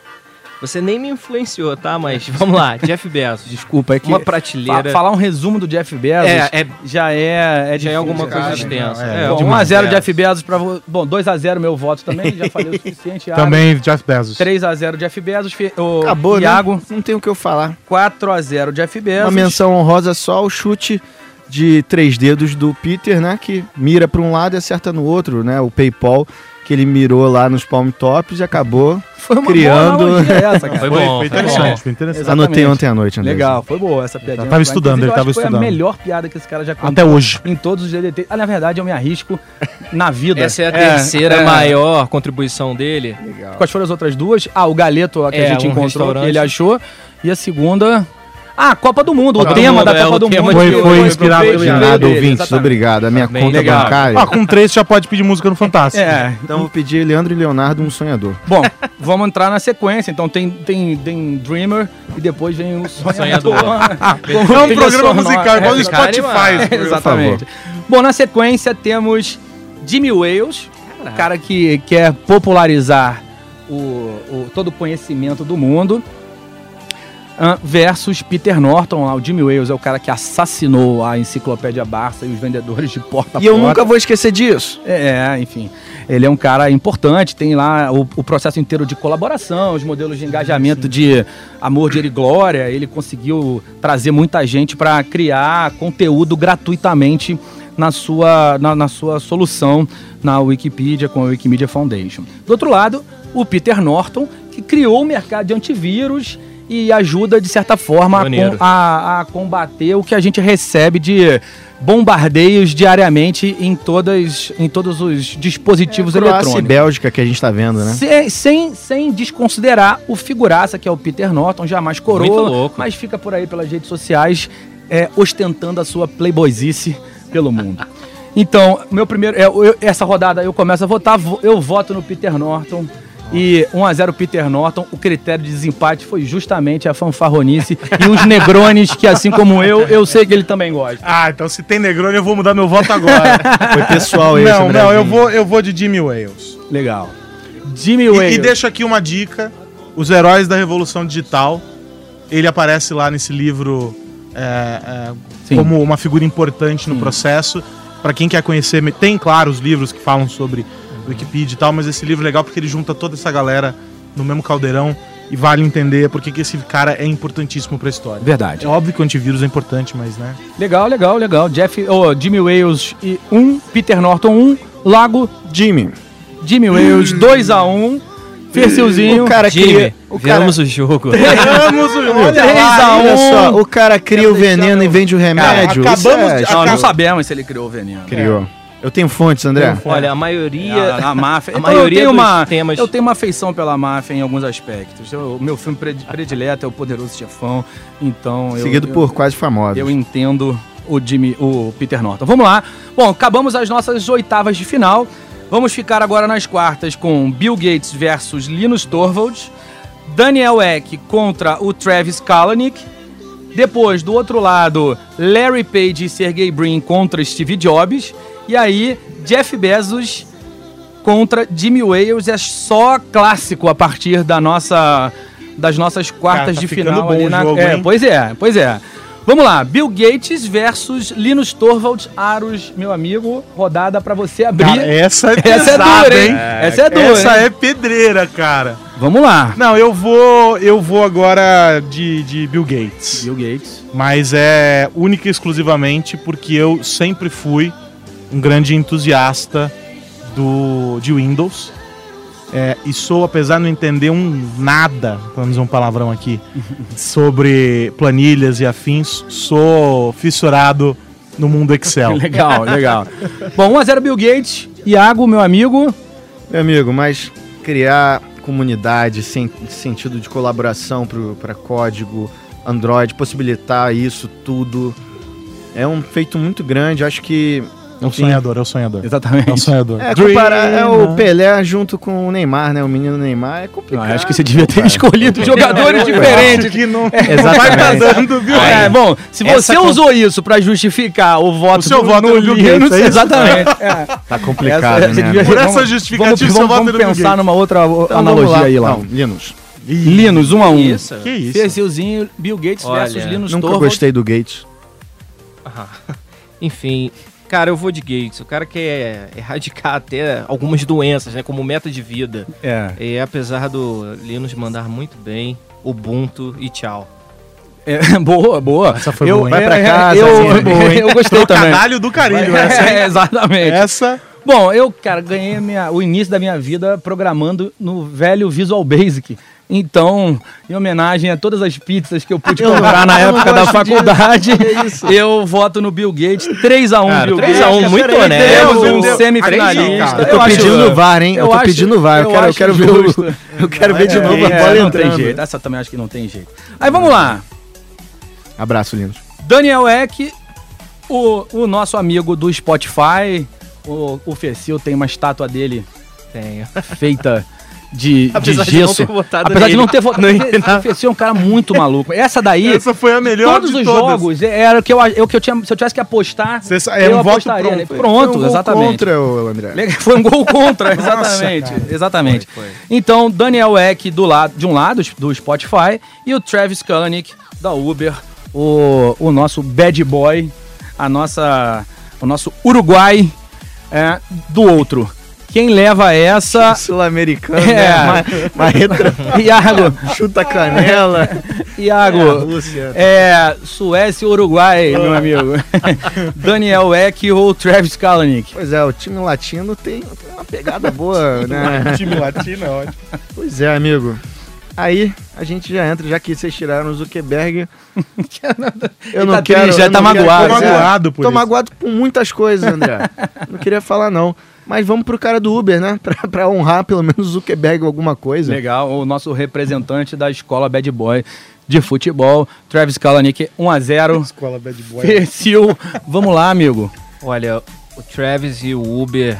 S4: você nem me influenciou, tá? Mas vamos lá, Jeff Bezos.
S2: Desculpa, é que
S4: Uma
S2: fa-
S4: prateleira.
S2: falar um resumo do Jeff Bezos
S4: É, é-
S2: já é, é
S4: já é
S2: difícil,
S4: alguma coisa
S2: cara.
S4: extensa.
S3: É,
S4: É,
S2: Bom,
S4: alguma-
S2: 1x0 Jeff Bezos pra. vo- Bom, 2x0 meu voto também, já falei o suficiente. Iago.
S3: Também Jeff Bezos.
S2: 3x0 Jeff Bezos. Fe- O
S5: Acabou,
S2: Iago, É,
S5: né? Não tem o que eu falar.
S2: 4x0 Jeff Bezos.
S5: Uma menção honrosa só o chute de três dedos do Peter, né? Que mira pra um lado e acerta no outro, né? O PayPal que ele mirou lá nos palm tops e acabou.
S2: Foi uma
S5: criando.
S2: boa analogia é essa, cara.
S4: Foi
S3: Foi,
S4: bom,
S3: foi
S4: foi
S3: interessante,
S4: bom.
S3: foi interessante.
S2: Exatamente.
S5: Anotei ontem à noite, André.
S2: Legal, foi boa essa piadinha.
S3: tava estudando,
S2: Inclusive,
S3: ele
S2: eu
S3: tava
S2: acho que
S3: estudando.
S2: Foi a melhor piada que esse cara já contou.
S3: Até hoje.
S2: Em todos os DDT. Ah, na verdade, eu me arrisco na vida.
S4: Essa é a terceira
S2: é.
S4: maior contribuição dele.
S2: Quais foram as outras duas? Ah, o Galeto a que
S4: É,
S2: a gente
S4: um
S2: encontrou, que
S4: restaurante.
S2: ele achou. E a segunda. Ah, Copa do Mundo,
S4: Copa
S2: o
S4: do
S2: tema
S4: Mundo,
S2: da
S4: é,
S2: Copa
S4: o
S2: do
S4: tema
S2: Mundo.
S3: foi-
S2: que
S3: foi
S2: pro
S3: inspirado
S2: peito
S3: pelo
S2: dele,
S5: Nada,
S2: exatamente.
S5: ouvintes, obrigado. A minha
S4: Bem
S5: conta
S4: legal.
S5: bancária.
S3: Ah, com três já pode pedir música no Fantástico.
S2: É,
S5: Então eu vou pedir Leandro e Leonardo um sonhador.
S2: Bom, vamos entrar na sequência. Então tem, tem, tem Dreamer e depois vem o
S4: Sonhador.
S2: Sonhador. é
S3: É um programa musical, igual o Spotify.
S4: animado.
S2: Exatamente. Bom, na sequência temos Jimmy Wales, o cara que quer popularizar o, o- todo o conhecimento do mundo, ah, versus Peter Norton. lá. O Jimmy Wales é o cara que assassinou a enciclopédia Barça e os vendedores de porta a
S5: E eu
S2: porta.
S5: nunca vou esquecer disso.
S2: É, enfim. Ele é um cara importante, tem lá o, o processo inteiro de colaboração, os modelos de engajamento de amor, dinheiro e glória. Ele conseguiu trazer muita gente para criar conteúdo gratuitamente na sua, na, na sua solução na Wikipedia com a Wikimedia Foundation. Do outro lado, o Peter Norton, que criou o mercado de antivírus e ajuda, de certa forma, a com-
S4: Pioneiro.
S2: a, a combater o que a gente recebe de bombardeios diariamente em, todas, em todos os dispositivos
S5: Croácia e
S2: eletrônicos.
S5: Bélgica que a gente tá vendo, né?
S2: Sem, é, sem, sem desconsiderar o figuraça que é o Peter Norton, jamais
S4: Muito
S2: coroa,
S4: louco.
S2: mas fica por aí pelas redes sociais é, ostentando a sua playboyzice pelo mundo. Então, meu primeiro. é, eu- essa rodada eu começo a votar, vo- eu voto no Peter Norton. E 1x0 Peter Norton, o critério de desempate foi justamente a fanfarronice e os negrones, que assim como eu, eu sei que ele também gosta.
S3: Ah, então se tem Negroni, eu vou mudar meu voto agora.
S5: Foi pessoal
S2: é
S5: esse,
S3: não, não,
S5: Andrezinho.
S3: eu vou, eu vou de Jimmy Wales.
S2: Legal. Jimmy
S3: E,
S2: Wales.
S3: e deixo aqui uma dica: Os Heróis da Revolução Digital. Ele aparece lá nesse livro é, é,
S2: Sim.
S3: como uma figura importante no processo. Pra quem quer conhecer, me- tem, claro, os livros que falam sobre
S2: Uhum.
S3: Wikipedia e tal, mas esse livro é legal porque ele junta toda essa galera no mesmo caldeirão e vale entender por que que esse cara é importantíssimo pra história.
S2: Verdade.
S3: É óbvio que o antivírus é importante, mas né.
S2: Legal, legal, legal. Jeff, oh, Jimmy Wales e 1, um, Peter Norton 1, um, Lago,
S5: Jimmy.
S2: Jimmy Wales 2x1, um, Fercilzinho.
S5: Hum. O cara
S4: Jimmy,
S5: cria. O cara...
S4: viramos o jogo.
S3: Vamos,
S5: Olha, lá,
S2: um.
S3: um.
S5: olha só, o cara cria o veneno e vende o remédio.
S3: Cara,
S5: Isso
S3: acabamos de-
S5: é-
S2: Não, não sabemos se ele criou o veneno.
S5: Criou. Eu tenho fontes, André.
S4: Olha, a maioria.
S2: A, a máfia.
S4: A
S2: Então,
S4: maioria
S2: eu tenho
S4: dos
S2: uma,
S4: temas-
S2: Eu tenho uma afeição pela máfia em alguns aspectos. Eu- O meu filme pred- predileto é O Poderoso Chefão. Então eu.
S5: Seguido
S2: eu-
S5: por quase famosos.
S2: Eu entendo o Jimmy, o Peter Norton. Vamos lá. Bom, acabamos as nossas oitavas de final. Vamos ficar agora nas quartas com Bill Gates versus Linus Torvalds, Daniel Eck contra o Travis Kalanick. Depois, do outro lado, Larry Page e Sergey Brin contra Steve Jobs. E aí, Jeff Bezos contra Jimmy Wales. É só clássico a partir da nossa, das nossas quartas
S3: Cara, tá
S2: de
S3: ficando
S2: final
S3: bom
S2: ali
S3: o
S2: na.
S3: jogo,
S2: é,
S3: hein?
S2: pois é, pois é. Vamos lá, Bill Gates versus Linus Torvalds Aros, meu amigo. Rodada pra você abrir.
S3: Cara, essa é
S2: Essa é
S3: pesada,
S2: dura, hein?
S3: hein?
S2: Essa é dura,
S3: Essa
S2: hein?
S3: é pedreira, cara.
S2: Vamos lá.
S3: Não, eu vou, eu vou agora de, de Bill Gates.
S2: Bill Gates.
S3: Mas é única e exclusivamente porque eu sempre fui um grande entusiasta do, de Windows. É, e sou, apesar de não entender um nada, vamos dizer um palavrão aqui, sobre planilhas e afins, sou fissurado no mundo Excel.
S2: Legal, legal. Bom, 1x0 Bill Gates. Iago, meu amigo.
S5: Meu amigo, mas criar comunidade, sen sentido de colaboração para código, Android, possibilitar isso tudo, é um feito muito grande. Acho que.
S3: É um
S5: enfim,
S3: sonhador, é um sonhador.
S2: Exatamente.
S3: É um sonhador.
S5: É, comparar, é o Pelé junto com o Neymar, né? O menino Neymar é
S2: Não,
S5: complicado.
S2: eu acho que você devia ter
S5: cara.
S2: escolhido jogadores diferentes.
S3: que não,
S5: Exatamente.
S3: vai casando, viu?
S2: É, bom, se
S4: Essa
S2: você
S4: com-
S2: usou isso pra justificar o voto
S3: O seu voto
S2: no
S3: no Bill Gates,
S2: Linux,
S3: é isso?
S2: exatamente. É.
S5: Tá complicado,
S2: Essa- você
S5: né?
S2: devia-
S3: Por essa
S2: vamos-
S3: justificativa,
S2: vamos,
S3: seu
S2: vamos,
S3: voto
S2: vamos
S3: é do Bill
S2: pensar
S3: Gates.
S2: numa outra o-
S5: Então, vamos
S2: analogia aí lá.
S5: Não, Linus.
S2: Linus, um a um.
S4: Isso.
S3: Que isso?
S2: Fercilzinho, Bill Gates
S4: Olha,
S2: versus É. Linus
S5: Nunca
S2: Torvalds.
S5: gostei do Gates.
S4: Enfim, cara, eu vou de Gates. O cara quer erradicar até algumas doenças, né? Como meta de vida.
S2: É.
S4: E apesar do Linux mandar muito bem, Ubuntu e tchau.
S2: É, boa, boa.
S3: Essa foi boa, hein?
S2: Vai
S3: Vai pra
S2: pra
S3: casa,
S2: Eu,
S3: essa foi boa, hein?
S2: eu gostei também.
S3: Trocadalho do carilho, essa, hein?
S2: É, exatamente.
S3: Essa
S2: Bom, eu, cara, ganhei a minha- o início da minha vida programando no velho Visual Basic. Então, em homenagem a todas as pizzas que eu pude comprar na época da faculdade, eu voto no Bill Gates. 3x1, Bill Gates.
S4: 3 a 1, muito honesto.
S2: Temos um
S3: Entendeu? Aí,
S2: semifinalista.
S3: cara,
S5: um, Eu tô
S2: acho-
S5: pedindo o VAR, hein? Eu, tô
S2: acho-
S5: pedindo o VAR. Eu, quero, eu
S2: acho
S5: quero ver
S2: justo.
S5: o, Eu quero ver de
S2: É,
S5: novo a
S2: é,
S5: bola
S2: não tem
S5: entrando.
S2: jeito. Essa também acho que não tem jeito. Aí vamos lá.
S5: Abraço, Linus.
S2: Daniel Eck, o, o nosso amigo do Spotify. O, o Fercil tem uma estátua dele é,
S4: Tenho.
S2: feita de, de
S4: Apesar de não
S2: gesso.
S4: ter votado
S2: apesar de
S4: nele.
S2: não ter votado. Você é um cara muito maluco. Essa daí.
S3: Essa foi a melhor
S2: todos
S3: de
S2: os
S3: todas.
S2: jogos é, era o que eu, o que eu tinha. Se eu tivesse que apostar,
S3: Você sa- é
S2: eu
S3: um voto
S2: apostaria.
S3: pronto.
S2: nele.
S3: Foi
S2: Pronto,
S5: Foi um gol
S2: exatamente.
S5: Contra o André.
S2: Legal, Foi um gol contra, exatamente. exatamente. Então, Daniel Eck do lado, de um lado do Spotify e o Travis Kalanick da Uber, o, o nosso bad boy, a nossa, o nosso Uruguai é, do outro. Quem leva essa.
S5: Sul-americano,
S2: É.
S5: né? Ma- Marreta
S2: Iago,
S5: chuta a canela. É, a
S2: Iago,
S5: Rússia.
S2: Ah, é, Suécia e Uruguai, meu amigo. Daniel Eck ou Travis Kalanick?
S5: Pois é, o time latino tem, tem uma pegada boa, né?
S3: Time latino é ótimo.
S5: Pois é, amigo. Aí a gente já entra, já que vocês tiraram o Zuckerberg. eu não
S2: tá
S5: quero.
S2: triste, já
S5: eu
S2: tá
S5: não quero-
S2: magoado.
S5: Pois é,
S3: Tô magoado por
S5: Tô
S3: isso.
S5: magoado por muitas coisas, André. não queria falar, não. Mas vamos pro cara do Uber, né? Pra, pra honrar pelo menos o Zuckerberg alguma coisa.
S2: Legal, o nosso representante da escola Bad Boy de futebol, Travis Kalanick, 1x0.
S3: Escola bad boy.
S2: Perfil, vamos lá, amigo.
S4: Olha, o Travis e o Uber,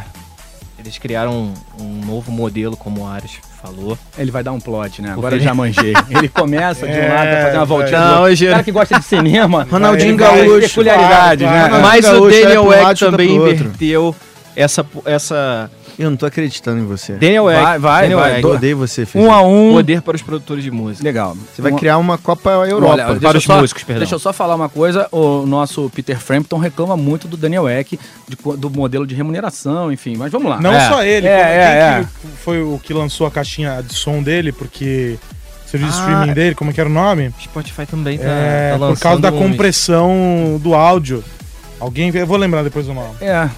S4: eles criaram um, um novo modelo, como o Ares falou.
S2: Ele vai dar um plot, né? Agora
S4: Felipe-
S2: eu já manjei. Ele começa de um
S3: É,
S2: lado, vai fazer uma
S3: vai.
S2: voltinha. do
S4: Não,
S2: outro.
S4: hoje-
S2: O cara que gosta de cinema.
S5: Ronaldinho
S2: ele vai-
S5: Gaúcho,
S2: Peculiaridades,
S3: claro,
S2: né?
S3: claro.
S4: Mas
S5: Gaúcho
S4: o
S5: vai
S4: Daniel
S5: pro lado,
S4: Eck
S5: chuta pro
S4: também
S5: outro.
S4: inverteu essa, essa...
S5: Eu não tô acreditando em você.
S4: Daniel Eck.
S2: Vai, vai,
S4: Daniel
S2: vai.
S4: Eck.
S5: Eu odeio você, filho.
S2: Um a um.
S4: Poder para os produtores de música.
S2: Legal. Um
S5: Você vai criar uma Copa Europa.
S2: Olha, deixa
S4: para
S2: eu
S4: os
S2: só-
S4: músicos, perdão.
S2: Deixa eu só falar uma coisa. O nosso Peter Frampton reclama muito do Daniel Eck, de co- do modelo de remuneração, enfim. Mas vamos lá.
S3: Não
S2: É.
S3: só ele,
S2: É,
S3: como
S2: é,
S3: quem que foi o que lançou a caixinha de som dele, porque o serviço de
S4: Ah,
S3: streaming dele, como é que era o nome?
S4: O Spotify também tá,
S3: É,
S4: tá
S3: por causa
S4: lançando
S3: da
S4: uns-
S3: compressão do áudio. Alguém, eu vou lembrar depois do nome.
S2: é. É.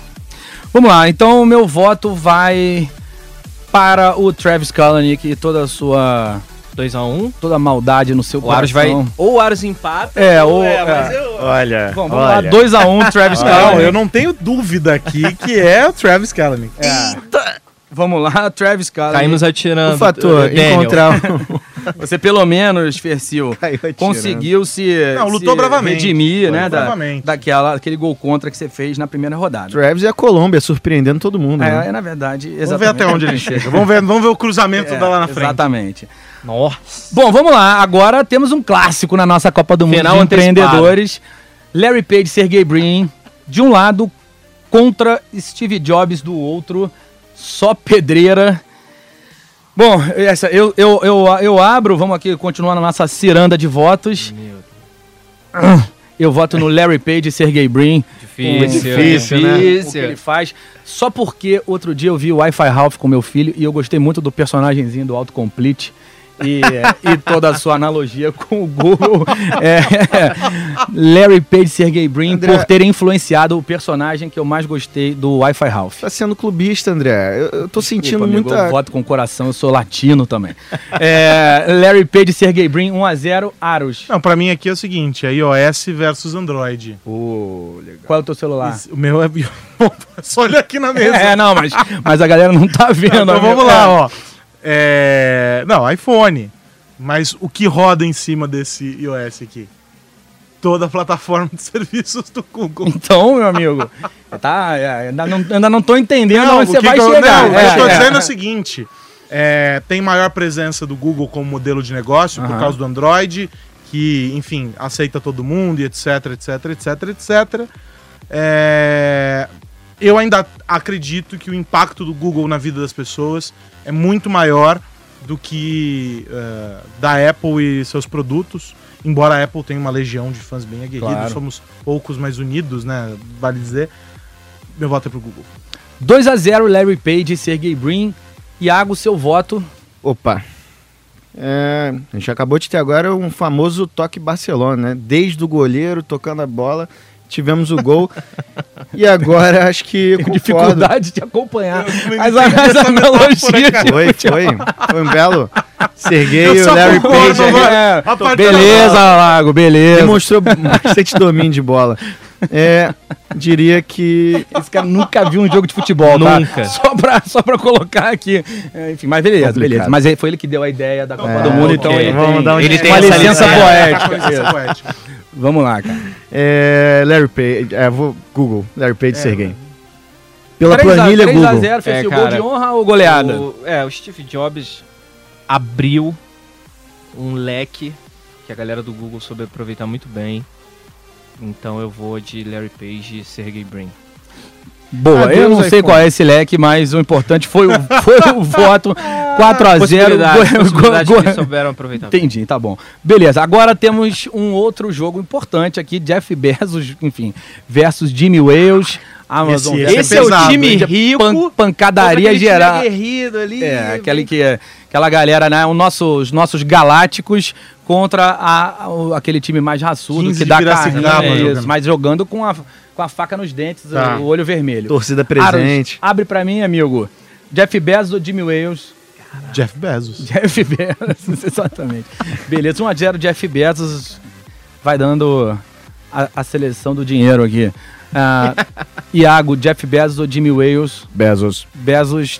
S2: Vamos lá. Então, meu voto vai para o Travis Kalanick e toda a sua...
S4: 2x1.
S2: Toda a maldade no seu
S4: O Aros vai.
S2: coração.
S4: Ou o Aros empata.
S2: É, ou-
S4: É, mas
S2: é.
S4: eu.
S5: Olha.
S2: Bom, vamos lá. 2x1, Travis
S3: Não, é.
S2: Kalanick.
S3: eu não tenho dúvida aqui que é o Travis Kalanick.
S2: Vamos lá, Travis Kalanick.
S4: Caímos atirando.
S5: O fator,
S4: eh, Daniel.
S5: encontrar um.
S2: Você pelo menos, Fercil,
S5: Caiu atirando.
S2: conseguiu se,
S3: Não, lutou
S2: se
S3: bravamente.
S2: redimir, né?
S3: Lutou
S2: da-
S3: bravamente.
S2: daquela, aquele gol contra que você fez na primeira rodada.
S5: Travis e a Colômbia, surpreendendo todo mundo. né?
S2: É, é, na verdade, exatamente.
S3: Vamos ver até onde ele chega. Vamos ver, vamos ver o cruzamento
S2: É,
S3: da tá lá na frente.
S2: Exatamente.
S4: Nossa.
S2: Bom, vamos lá. Agora temos um clássico na nossa Copa do Mundo
S4: Final
S2: de
S4: antecipado.
S2: empreendedores. Larry Page e Sergey Brin, de um lado, contra Steve Jobs do outro, só pedreira. Bom, essa, eu, eu, eu, eu abro, vamos aqui continuar na nossa ciranda de votos. Eu voto no Larry Page e Sergey Brin.
S4: Difícil.
S5: difícil, né?
S2: O
S3: é.
S2: que ele faz. Só porque outro dia eu vi o Wi-Fi Ralph com meu filho e eu gostei muito do personagemzinho do Autocomplete. E, e toda a sua analogia com o Google. É, Larry Page e Sergey Brin
S5: André-
S2: por terem influenciado o personagem que eu mais gostei do Wi-Fi Ralph.
S5: Tá sendo clubista, André. Eu, eu tô sentindo
S2: Desculpa, amigo, Eu
S5: muita.
S2: voto com o coração, eu sou latino também. É, Larry Page e Sergey Brin, 1x0, Aros.
S3: Não, pra mim aqui é o seguinte, é iOS versus Android.
S2: Qual é o teu celular?
S3: O meu é... Só olha aqui na mesa.
S2: É, não, mas, mas a galera não tá vendo.
S3: Então
S2: amigo.
S3: vamos lá, ó. É, Não, iPhone. Mas o que roda em cima desse iOS aqui? Toda a plataforma de serviços do Google.
S2: Então, meu amigo, tá, é, ainda, não, ainda não tô entendendo
S3: Não,
S2: onde
S3: o
S2: você
S3: que
S2: vai
S3: que eu-
S2: chegar.
S3: não,
S2: É,
S3: o que eu tô
S2: é.
S3: dizendo é o seguinte: é, tem maior presença do Google como modelo de negócio por causa do Android, que, enfim, aceita todo mundo e etc, etc, etc, etc. É, eu ainda acredito que o impacto do Google na vida das pessoas é muito maior do que eh, da Apple e seus produtos. Embora a Apple tenha uma legião de fãs bem aguerridos,
S2: Claro.
S3: somos poucos, mas unidos, né? Vale dizer. Meu voto é pro Google.
S2: 2 a 0 Larry Page e Sergey Brin. Iago, seu voto.
S5: Opa. É, a gente acabou de ter agora um famoso toque Barcelona, né? Desde o goleiro, tocando a bola, tivemos o gol. e agora acho que. eu concordo.
S2: Dificuldade né, de acompanhar
S3: me
S2: as,
S3: lembro
S2: as
S3: dessa metáfora,
S2: analogias.
S3: cara.
S5: Foi, foi. Foi um belo. Serguei,
S3: Eu
S5: o
S3: só
S5: Larry
S3: concordo,
S5: Page.
S3: mano.
S2: É,
S3: A parte
S2: beleza, Lago, beleza.
S5: Demonstrou bastante domínio de bola. É, diria que.
S2: Esse cara nunca viu um jogo de futebol, tá?
S4: Nunca.
S2: Só pra, só pra colocar aqui. É, enfim, mas beleza,
S5: Complicado.
S2: beleza. Mas ele- foi ele que deu a ideia da Copa
S3: tá
S5: É,
S2: do Mundo,
S5: ok.
S2: então ele
S5: Vamos
S2: tem...
S5: dar um
S4: ele tem
S5: desconto.
S2: uma
S4: essa
S2: licença
S4: licença.
S5: tipo
S2: poética.
S3: Licença poética.
S2: Vamos lá, cara.
S5: É, Larry Page. É, vou Google. Larry Page Serguei. Pela
S2: 3 a-
S5: planilha
S2: 3 a
S5: Google.
S2: 0, fez
S4: É,
S2: o gol
S4: cara.
S2: de honra ou goleada?
S4: O, é, o Steve Jobs abriu um leque que a galera do Google soube aproveitar muito bem. Então eu vou de Larry Page e Sergey Brin.
S2: Boa,
S5: Adeus,
S2: eu não sei
S5: iPhone.
S2: qual é esse leque, mas o importante foi o, foi o voto 4 a 0
S4: Possibilidades,
S2: Go-
S4: possibilidades
S2: go-
S4: que eles souberam aproveitar. bem.
S2: Entendi, tá bom. Beleza, agora temos um outro jogo importante aqui, Jeff Bezos, enfim, versus Jimmy Wales. Amazon
S3: Esse-
S2: Vera.
S3: esse é pesado, hein?
S2: Pan- pancadaria geral.
S4: Guerrido ali.
S2: É, aquele que, aquela galera, né? O nosso, os nossos galácticos contra a, o- aquele time mais raçudo
S3: 15
S2: que
S3: de
S2: dá
S3: Piracicaba né?
S2: carrinho, é
S3: jogando.
S2: isso, mas jogando com a, com a faca nos dentes, o-
S3: Tá.
S2: o olho vermelho.
S5: Torcida presente.
S2: Aros, abre pra mim, amigo. Jeff Bezos ou Jimmy Wales?
S3: Jeff Bezos.
S2: Jeff Bezos, exatamente. Beleza, 1x0 Jeff Bezos vai dando a, a seleção do dinheiro aqui. Ah, Iago, Jeff Bezos ou Jimmy Wales?
S5: Bezos.
S2: Bezos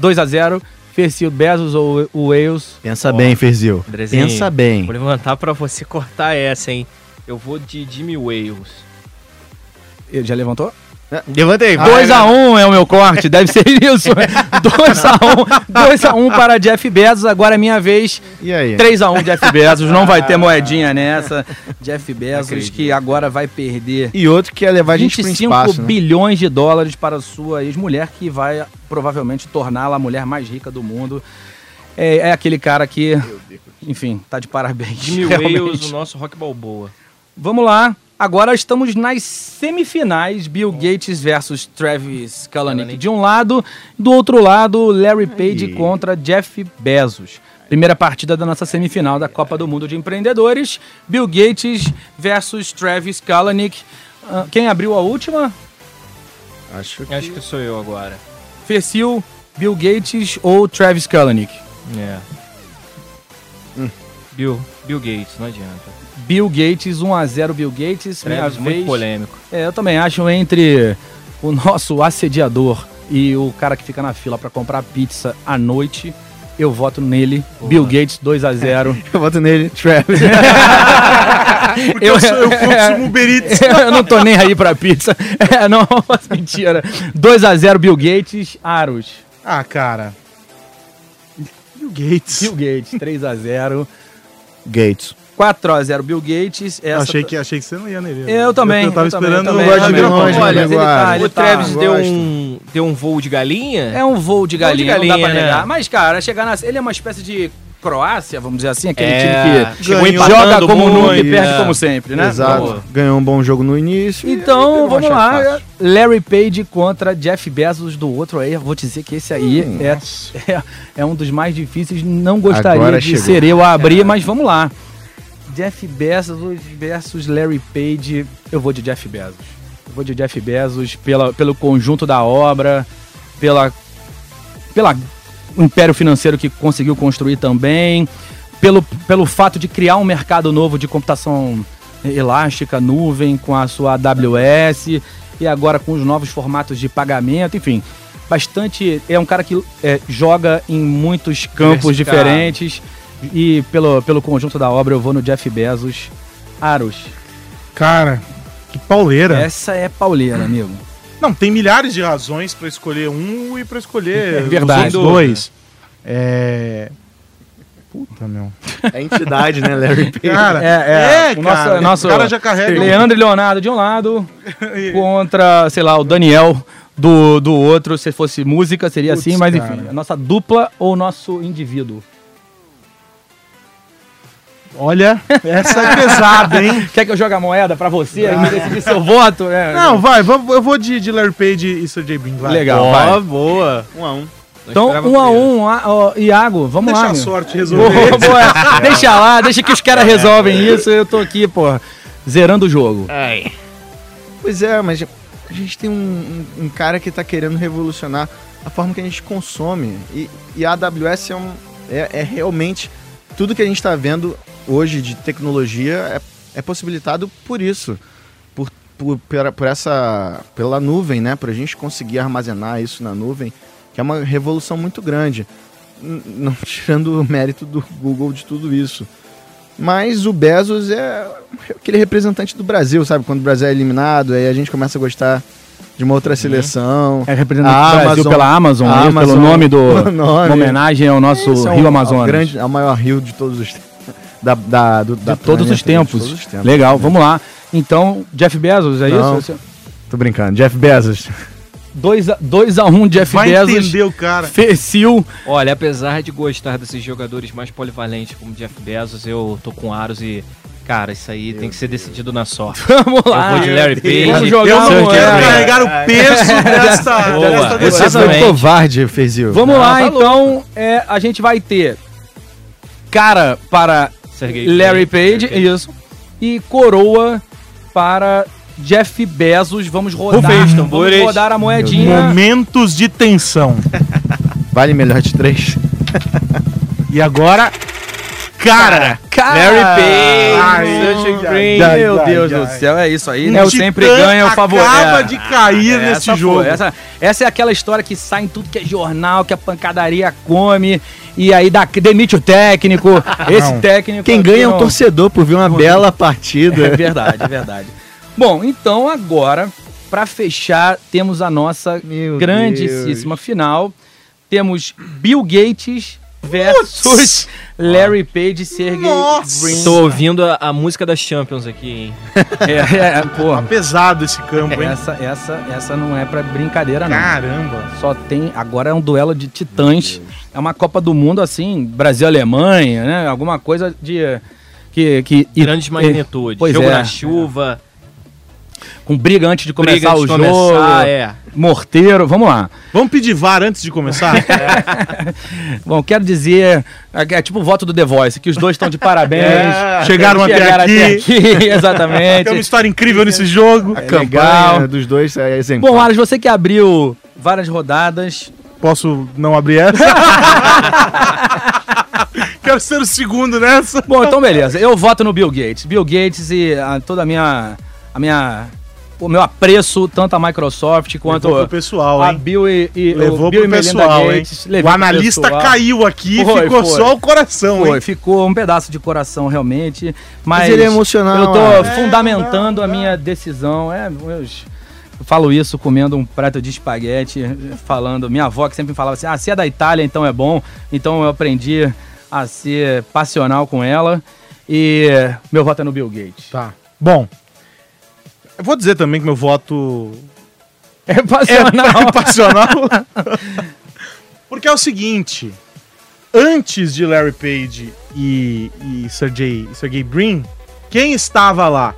S2: 2x0. Fercio Bezos ou o Wales?
S5: Pensa bem, Ferzil.
S4: Andrezinho,
S5: Pensa bem.
S4: Vou levantar pra você cortar essa, hein? Eu vou de Jimmy Wales.
S2: Ele já levantou?
S5: Ah, Levantei. Ah,
S2: 2x1 é o meu corte, deve ser isso. 2x1 2x1 para Jeff Bezos, agora é minha vez.
S5: E aí?
S2: 3x1 Jeff Bezos, não vai ter moedinha nessa. Jeff Bezos que agora vai perder
S5: E outro que ia levar a gente pro
S2: 25
S5: espaço, né?
S2: bilhões de dólares para sua ex-mulher, que vai provavelmente torná-la a mulher mais rica do mundo. É, é aquele cara que, enfim, tá de parabéns.
S4: Jimmy
S2: realmente.
S4: Wales, o nosso rock balboa.
S2: Vamos lá. Agora estamos nas semifinais, Bill Gates versus Travis Kalanick de um lado, do outro lado, Larry Page contra Jeff Bezos. Primeira partida da nossa semifinal da Copa do Mundo de Empreendedores, Bill Gates versus Travis Kalanick. Ah, Quem abriu a última?
S5: Acho
S4: Acho que sou eu agora.
S2: Fercil, Bill Gates ou Travis Kalanick?
S4: É. Hum. Bill, Bill Gates, não adianta.
S2: Bill Gates, 1x0 Bill Gates. Minha
S4: Travis, muito
S2: vez.
S4: polêmico.
S2: É, eu também acho entre o nosso assediador e o cara que fica na fila pra comprar pizza à noite, eu voto nele. Bill Gates 2 a 0.
S5: Eu voto nele, Travis.
S4: Ah,
S3: Porque eu, sou, eu consumo Uber Eats.
S2: É, eu não tô nem aí pra pizza. É, não, mentira. 2 a 0 Bill Gates, Aros.
S3: Ah, cara. Bill Gates.
S2: Bill Gates 3 a 0.
S5: Gates.
S2: 4 a 0 Bill Gates. Essa tá-
S3: achei, que, achei que você não ia nele.
S2: Eu também,
S3: Eu tava
S2: eu também,
S3: esperando
S2: eu
S3: o
S2: também,
S3: Lorde
S5: eu
S3: de
S5: também.
S3: longe.
S5: Olha,
S3: mas
S2: ele
S3: agora-
S2: tá-
S4: o Travis
S5: Ah, gosto.
S4: deu um, deu um voo de galinha?
S2: É um voo de galinha,
S4: Voo de
S2: não dá pra
S4: galinha,
S2: negar.
S4: né?
S2: Mas, cara, chegar na. Ele é uma espécie de Croácia, vamos dizer assim, aquele
S4: É.
S2: time que
S4: Chegou
S3: ganhou.
S2: joga
S4: empatando
S2: como
S4: muito,
S2: nunca e
S5: né?
S2: perde como sempre, né?
S5: Exato.
S2: Vamos.
S5: Ganhou um bom jogo no início. e aí
S2: Então,
S5: pegou uma
S2: vamos lá.
S5: chave fácil.
S2: Larry Page contra Jeff Bezos do outro aí. Eu vou dizer que esse aí
S5: Hum.
S2: é, é, é um dos mais difíceis. Não gostaria
S5: Agora
S2: de
S5: chegou. É.
S2: ser eu a abrir, mas vamos lá. Jeff Bezos versus Larry Page. Eu vou de Jeff Bezos. Eu vou de Jeff Bezos pela, pelo conjunto da obra, pela, pela um império financeiro que conseguiu construir também, pelo, pelo fato de criar um mercado novo de computação eh, elástica, nuvem, com a sua AWS, e agora com os novos formatos de pagamento, enfim. Bastante. É um cara que é, joga em muitos campos
S4: Diversificado.
S2: diferentes. E pelo, pelo conjunto da obra, eu vou no Jeff Bezos. Aros,
S3: Cara, que pauleira.
S2: essa é pauleira, amigo.
S3: Não, tem milhares de razões pra escolher um e pra escolher os
S2: É verdade.
S3: outros dois. É. Puta, meu.
S5: É entidade, né, Larry Page?
S3: Cara,
S2: É, é,
S3: é,
S2: o
S3: cara.
S2: nosso- nosso-
S3: o cara já carrega. um-
S2: Leandro e Leonardo de um lado, contra, sei lá, o Daniel do, do outro. Se fosse música, seria
S3: Putz,
S2: assim, mas
S3: cara.
S2: enfim. A nossa dupla ou o nosso indivíduo?
S3: Olha, essa é pesada, hein?
S2: Quer que eu jogue a moeda pra você e me decidir seu voto? É,
S3: Não, um- vai, vamos- eu vou de, de Larry Page e Sergey Brin, vai.
S2: legal. vai.
S4: boa.
S5: Um a um.
S2: Então, um a um, a- ó, Iago, vamos
S3: Deixa
S2: lá.
S3: a
S2: meu.
S3: sorte
S2: Boa,
S3: resolver.
S2: boa. Deixa lá, deixa que os caras resolvem isso. Eu tô aqui, pô, zerando o jogo.
S5: Pois é, mas a gente tem um, um- um cara que tá querendo revolucionar a forma que a gente consome. E, e a AWS é, um- é- é realmente tudo que a gente está vendo hoje de tecnologia é, é possibilitado por isso. Por, por, pela- por essa, pela nuvem, né? Para a gente conseguir armazenar isso na nuvem, que é uma revolução muito grande. N- Não tirando o mérito do Google de tudo isso. Mas o Bezos é aquele representante do Brasil, sabe? Quando o Brasil é eliminado, aí a gente começa a gostar de uma outra seleção.
S2: É representante
S5: A
S2: do Brasil
S5: Amazon.
S2: pela Amazon,
S5: A
S2: né?
S5: Amazon.
S2: pelo nome um do.
S5: O nome.
S2: uma homenagem ao nosso
S5: Esse é
S2: Rio
S5: o-
S2: Amazonas.
S5: O, grande, é o maior rio de todos os tempos. Da, da, do- da
S2: de todos os
S5: planeta,
S2: tempos.
S5: de todos os tempos.
S2: Legal, vamos lá. Então, Jeff Bezos, é
S5: Não.
S2: isso?
S5: Tô brincando. Jeff Bezos.
S2: 2x1 um, Jeff
S3: Vai
S2: Bezos.
S3: entender o cara.
S2: Fecil.
S4: Olha, apesar de gostar desses jogadores mais polivalentes como Jeff Bezos, eu tô com aros e Cara, isso aí tem que ser decidido na sorte. Vamos lá. Eu vou de Larry Page.
S3: Vamos jogar
S4: Eu
S2: um
S3: uma
S4: vou de
S3: moeda.
S4: Larry Page.
S3: Carregar o peso desta-
S4: Boa.
S3: desta
S5: Você
S3: decisão.
S5: foi
S4: Exatamente.
S5: covarde, Fezil.
S2: Vamos lá, então. é, a gente vai ter cara para
S4: Sergey
S2: Larry Page, isso. E coroa para Jeff Bezos. Vamos rodar.
S4: Rufem os
S2: Vamos
S4: tambores.
S2: rodar a moedinha.
S3: Momentos de tensão.
S5: Vale melhor de três.
S3: E agora. Cara!
S2: Cara,
S3: Ai,
S5: ai,
S2: meu
S5: ai,
S2: Deus
S3: ai.
S2: do céu, é isso aí,
S3: Um
S2: né? Eu
S3: titã
S2: sempre ganho o favorito.
S3: acaba de cair nesse
S2: essa foi,
S3: jogo.
S2: essa, essa é aquela história que sai em tudo que é jornal, que a pancadaria come, e aí dá, demite o técnico. esse
S3: Não.
S2: técnico.
S5: Quem
S2: aqui
S5: ganha é
S2: não-
S5: um torcedor por ver uma bela partida.
S2: É verdade, é verdade. Bom, então agora, pra fechar, temos a nossa
S5: Meu
S2: grandíssima final. Temos Bill Gates versus Larry Page e Sergey Brin.
S4: Tô ouvindo a, a música da Champions aqui, hein?
S2: É, é, porra.
S3: Pesado esse campo, hein?
S2: Essa, essa, essa não é pra brincadeira, não.
S3: Caramba.
S2: Só tem. Agora é um duelo de titãs. É uma Copa do Mundo, assim, Brasil-Alemanha, né? Alguma coisa de. eh, Que, que, e-
S4: Grandes
S2: e-
S4: magnitudes.
S2: Pois
S4: jogo
S2: é.
S4: na chuva,
S2: Com briga antes de
S4: briga
S2: começar
S4: antes
S2: o
S4: de
S2: jogo.
S4: começar, é.
S2: Morteiro, vamos lá.
S3: Vamos pedir VAR antes de
S2: É.
S3: começar?
S2: Bom, quero dizer, é, é tipo o voto do The Voice, que os dois estão de parabéns.
S3: É, chegaram até aqui.
S2: aqui,
S3: Tem uma
S2: exatamente.
S3: história incrível nesse jogo.
S2: É.
S5: A campanha
S2: legal.
S5: dos dois é exemplar.
S2: Bom, Aras, você que abriu várias rodadas.
S3: Posso não abrir essa? Quero ser o segundo nessa.
S2: Bom, então beleza. Eu voto no Bill Gates. Bill Gates e ah, toda a minha a minha o meu apreço tanto a Microsoft quanto
S3: Levou pro pessoal,
S2: a
S3: hein?
S2: Bill e, e o
S3: Levou
S2: Bill
S3: pro
S2: e Melinda
S3: pessoal, hein?
S2: Gates.
S3: O
S2: Levei pro
S3: analista
S2: pessoal.
S3: caiu aqui e
S2: Foi,
S3: ficou
S2: foi.
S3: só o coração,
S2: Foi,
S3: hein?
S2: ficou um pedaço de coração realmente, mas,
S5: Mas ele é emocional,
S2: Eu tô
S5: Aras.
S2: fundamentando a minha decisão, é, meus- eu falo isso comendo um prato de espaguete, falando, minha avó que sempre falava assim: "Ah, se é da Itália, então é bom". Então eu aprendi a ser passional com ela e meu voto é no Bill Gates.
S3: Tá. Bom. Eu vou dizer também que meu voto
S2: É passional.
S3: é passional. Porque é o seguinte, antes de Larry Page e, e Sergey, Sergey Brin, quem estava lá?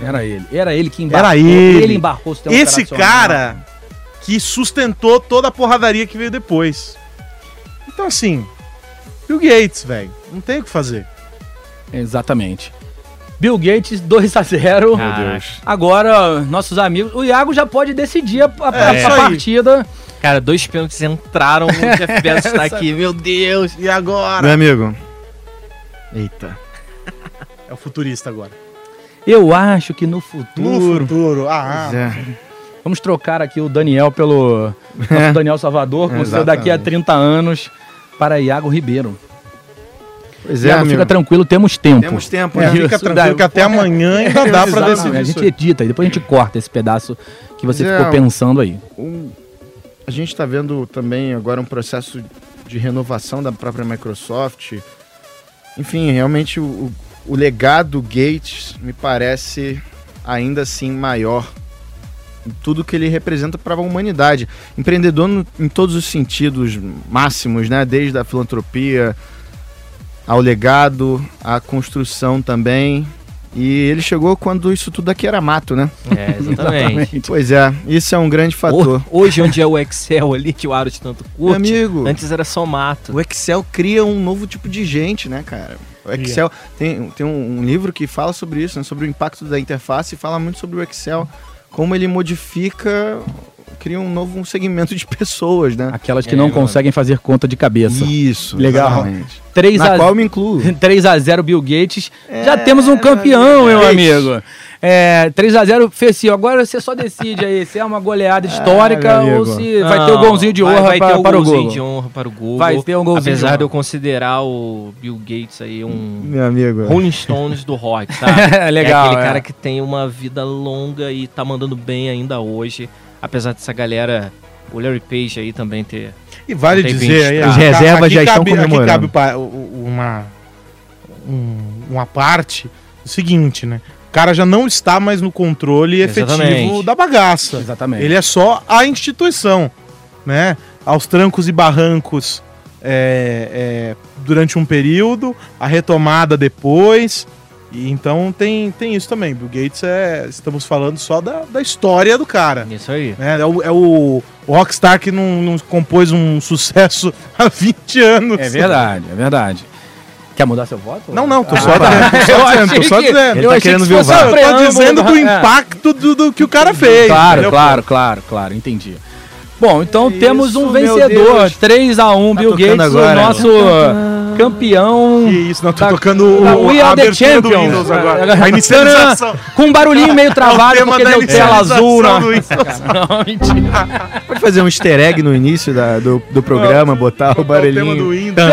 S2: Era ele. Era ele que
S3: Era ele.
S2: ele. embarcou o sistema
S3: Esse
S2: operacional.
S3: cara que sustentou toda a porradaria que veio depois. Então assim, Bill Gates, velho, não tem o que fazer.
S2: Exatamente. Bill Gates, 2 a 0
S4: Meu Deus.
S2: Agora, nossos amigos. O Iago já pode decidir a, a-
S3: É,
S2: a
S3: isso aí.
S2: partida.
S4: Cara, dois pênaltis entraram, o Jeff Bezos tá aqui, meu Deus.
S3: E agora?
S5: Meu amigo. Eita.
S3: É o futurista agora.
S2: Eu acho que no futuro.
S3: futuro. Ah,
S5: Zé.
S2: Vamos trocar aqui o Daniel pelo.
S5: É.
S2: Nosso Daniel Salvador, com o seu daqui a
S5: Exatamente.
S2: 30 anos, para Iago Ribeiro.
S5: Pois é,
S2: Iago,
S5: amigo.
S2: fica tranquilo, temos tempo.
S5: Temos tempo,
S3: é,
S5: né?
S3: fica
S2: isso
S3: tranquilo
S2: daí.
S3: que até amanhã ainda dá pra
S2: Exatamente,
S3: decidir.
S2: A
S3: isso
S2: gente edita e depois a gente corta esse pedaço que você
S5: Zé,
S2: ficou pensando aí.
S5: Um- a gente está vendo também agora um processo de renovação da própria Microsoft. Enfim, realmente o, o- o legado Gates me parece ainda assim maior. em Tudo que ele representa para a humanidade. Empreendedor no- em todos os sentidos máximos, né? Desde a filantropia ao legado, à construção também. E ele chegou quando isso tudo aqui era mato, né?
S4: É, exatamente.
S5: Pois é, isso é um grande fator.
S4: Ho- Hoje, onde é o Excel ali, que o Aros tanto
S5: Meu
S4: curte,
S5: amigo.
S4: antes era só mato.
S5: O Excel cria um novo tipo de gente, né, cara? O Excel tem, tem um, um livro que fala sobre isso, né, sobre o impacto da interface e fala muito sobre o Excel, como ele modifica, cria um novo segmento de pessoas, né?
S2: Aquelas que
S4: É,
S2: não
S4: mano.
S2: conseguem fazer conta de cabeça.
S5: Isso,
S2: Legal.
S5: exatamente.
S2: 3
S5: Na
S2: a
S5: qual eu me incluo.
S2: 3 a 0 Bill Gates. Já temos um campeão, meu amigo. É, 3 a 0 Fecio. Agora você só decide aí se é uma goleada histórica
S5: meu
S2: ou
S5: amigo.
S2: se vai ter o golzinho de honra
S4: vai, vai
S2: pra-
S4: ter o
S2: para o
S4: golzinho
S2: gol.
S4: de honra para o gol.
S2: Vai ter um golzinho de
S4: Apesar
S2: honra.
S4: de eu considerar o Bill Gates aí um
S5: Meu amigo.
S4: Rolling Stones do rock, tá? É
S2: Legal,
S4: aquele
S2: é.
S4: cara que tem uma vida longa e tá mandando bem ainda hoje. Apesar dessa galera, o Larry Page aí também ter.
S3: E vale
S4: Tem
S3: dizer
S4: 20,
S3: aí,
S4: tá. As
S3: aqui
S5: reservas já estão
S3: cabe,
S5: comemorando.
S3: Aqui cabe pa- o- o- uma, um- uma parte, o seguinte, né? O cara já não está mais no controle efetivo
S4: Exatamente.
S3: da bagaça.
S2: Exatamente.
S3: Ele é só a instituição, né? Aos trancos e barrancos é, é, durante um período, a retomada depois E então tem, tem isso também. Bill Gates é. Estamos falando só da, da história do cara.
S4: Isso aí.
S3: né? É, o, é o- o Rockstar que não, não compôs um sucesso há 20 anos.
S2: É verdade, é verdade. Quer mudar seu voto?
S3: Não, não, tô só,
S2: Ah, tá.
S3: tô só dizendo, tô só
S2: que-
S3: dizendo.
S2: eu achei
S5: querendo
S2: que
S5: ver o
S2: fosse
S5: VAR.
S2: um
S3: Eu tô
S2: preâmbulo,
S3: dizendo do
S2: é.
S3: impacto do, do que o cara fez.
S2: Claro,
S3: entendeu?
S2: claro, claro, claro, entendi. Bom, então
S5: Que
S2: temos um
S5: isso, meu
S2: vencedor,
S5: Deus.
S3: Tá
S2: 3x1, Bill
S5: tocando
S2: Gates, o
S5: agora.
S2: nosso campeão.
S3: né? Que isso, não, tô
S2: Tá-
S3: tocando
S2: da
S3: o,
S2: We
S3: a
S2: Are The
S3: abertura do
S2: Champions.
S3: Windows agora. tá
S2: Tcharam!
S3: A inicialização. É
S2: Com um barulhinho meio travado,
S3: tema
S2: porque
S3: da
S2: deu tela azul.
S3: inicialização
S2: Na...
S3: do Windows.
S2: Não, mentira.
S5: Pode fazer um easter egg no início da- do, do programa, botar o
S3: Qual é o tema do
S5: barulhinho.
S3: Windows.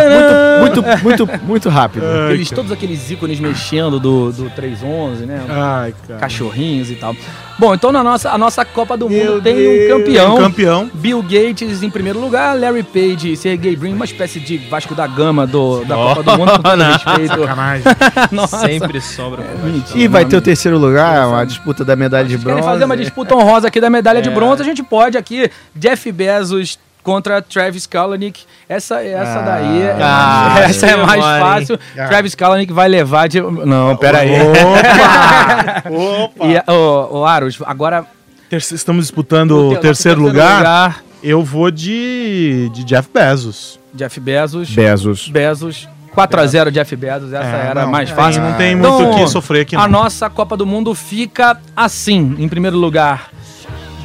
S5: Muito, muito, muito, muito rápido.
S2: Aqueles- todos aqueles ícones mexendo do, do 311, né?
S3: Ai, cara.
S2: Cachorrinhos e tal. Bom, então na nossa, a nossa Copa do Mundo tem um campeão.
S3: Campeão.
S2: Bill Gates em primeiro lugar, Larry Page e Sergey Brin, uma espécie de Vasco da Gama do, da Copa do Mundo, com todo respeito.
S3: Sacanagem.
S2: Nossa,
S4: Oh,
S2: É,
S4: Sempre sobra. pra nós.
S2: mentira.
S5: E vai ter o terceiro lugar, uma disputa da medalha de
S2: Querem
S5: bronze.
S2: fazer uma disputa honrosa aqui da medalha
S4: É.
S2: de bronze, a gente pode aqui, Jeff Bezos contra Travis Kalanick. Essa, essa daí é,
S4: Ah,
S2: essa é
S4: sim,
S2: mais
S4: agora, hein?
S2: fácil.
S5: Ah.
S2: Travis Kalanick vai levar de... Não, peraí.
S3: Opa!
S2: E, ô, ô, Arus, agora...
S3: Terce- estamos disputando o
S2: nosso
S3: terceiro, lugar. Eu vou de, de Jeff Bezos.
S2: Jeff Bezos.
S5: Bezos.
S2: Bezos.
S5: É.
S2: 4x0 Jeff Bezos, essa
S3: É,
S2: era
S3: não,
S2: mais
S3: aí
S2: fácil.
S3: não tem
S2: Então,
S3: muito o que sofrer aqui,
S2: A
S3: não.
S2: nossa Copa do Mundo fica assim. Em primeiro lugar,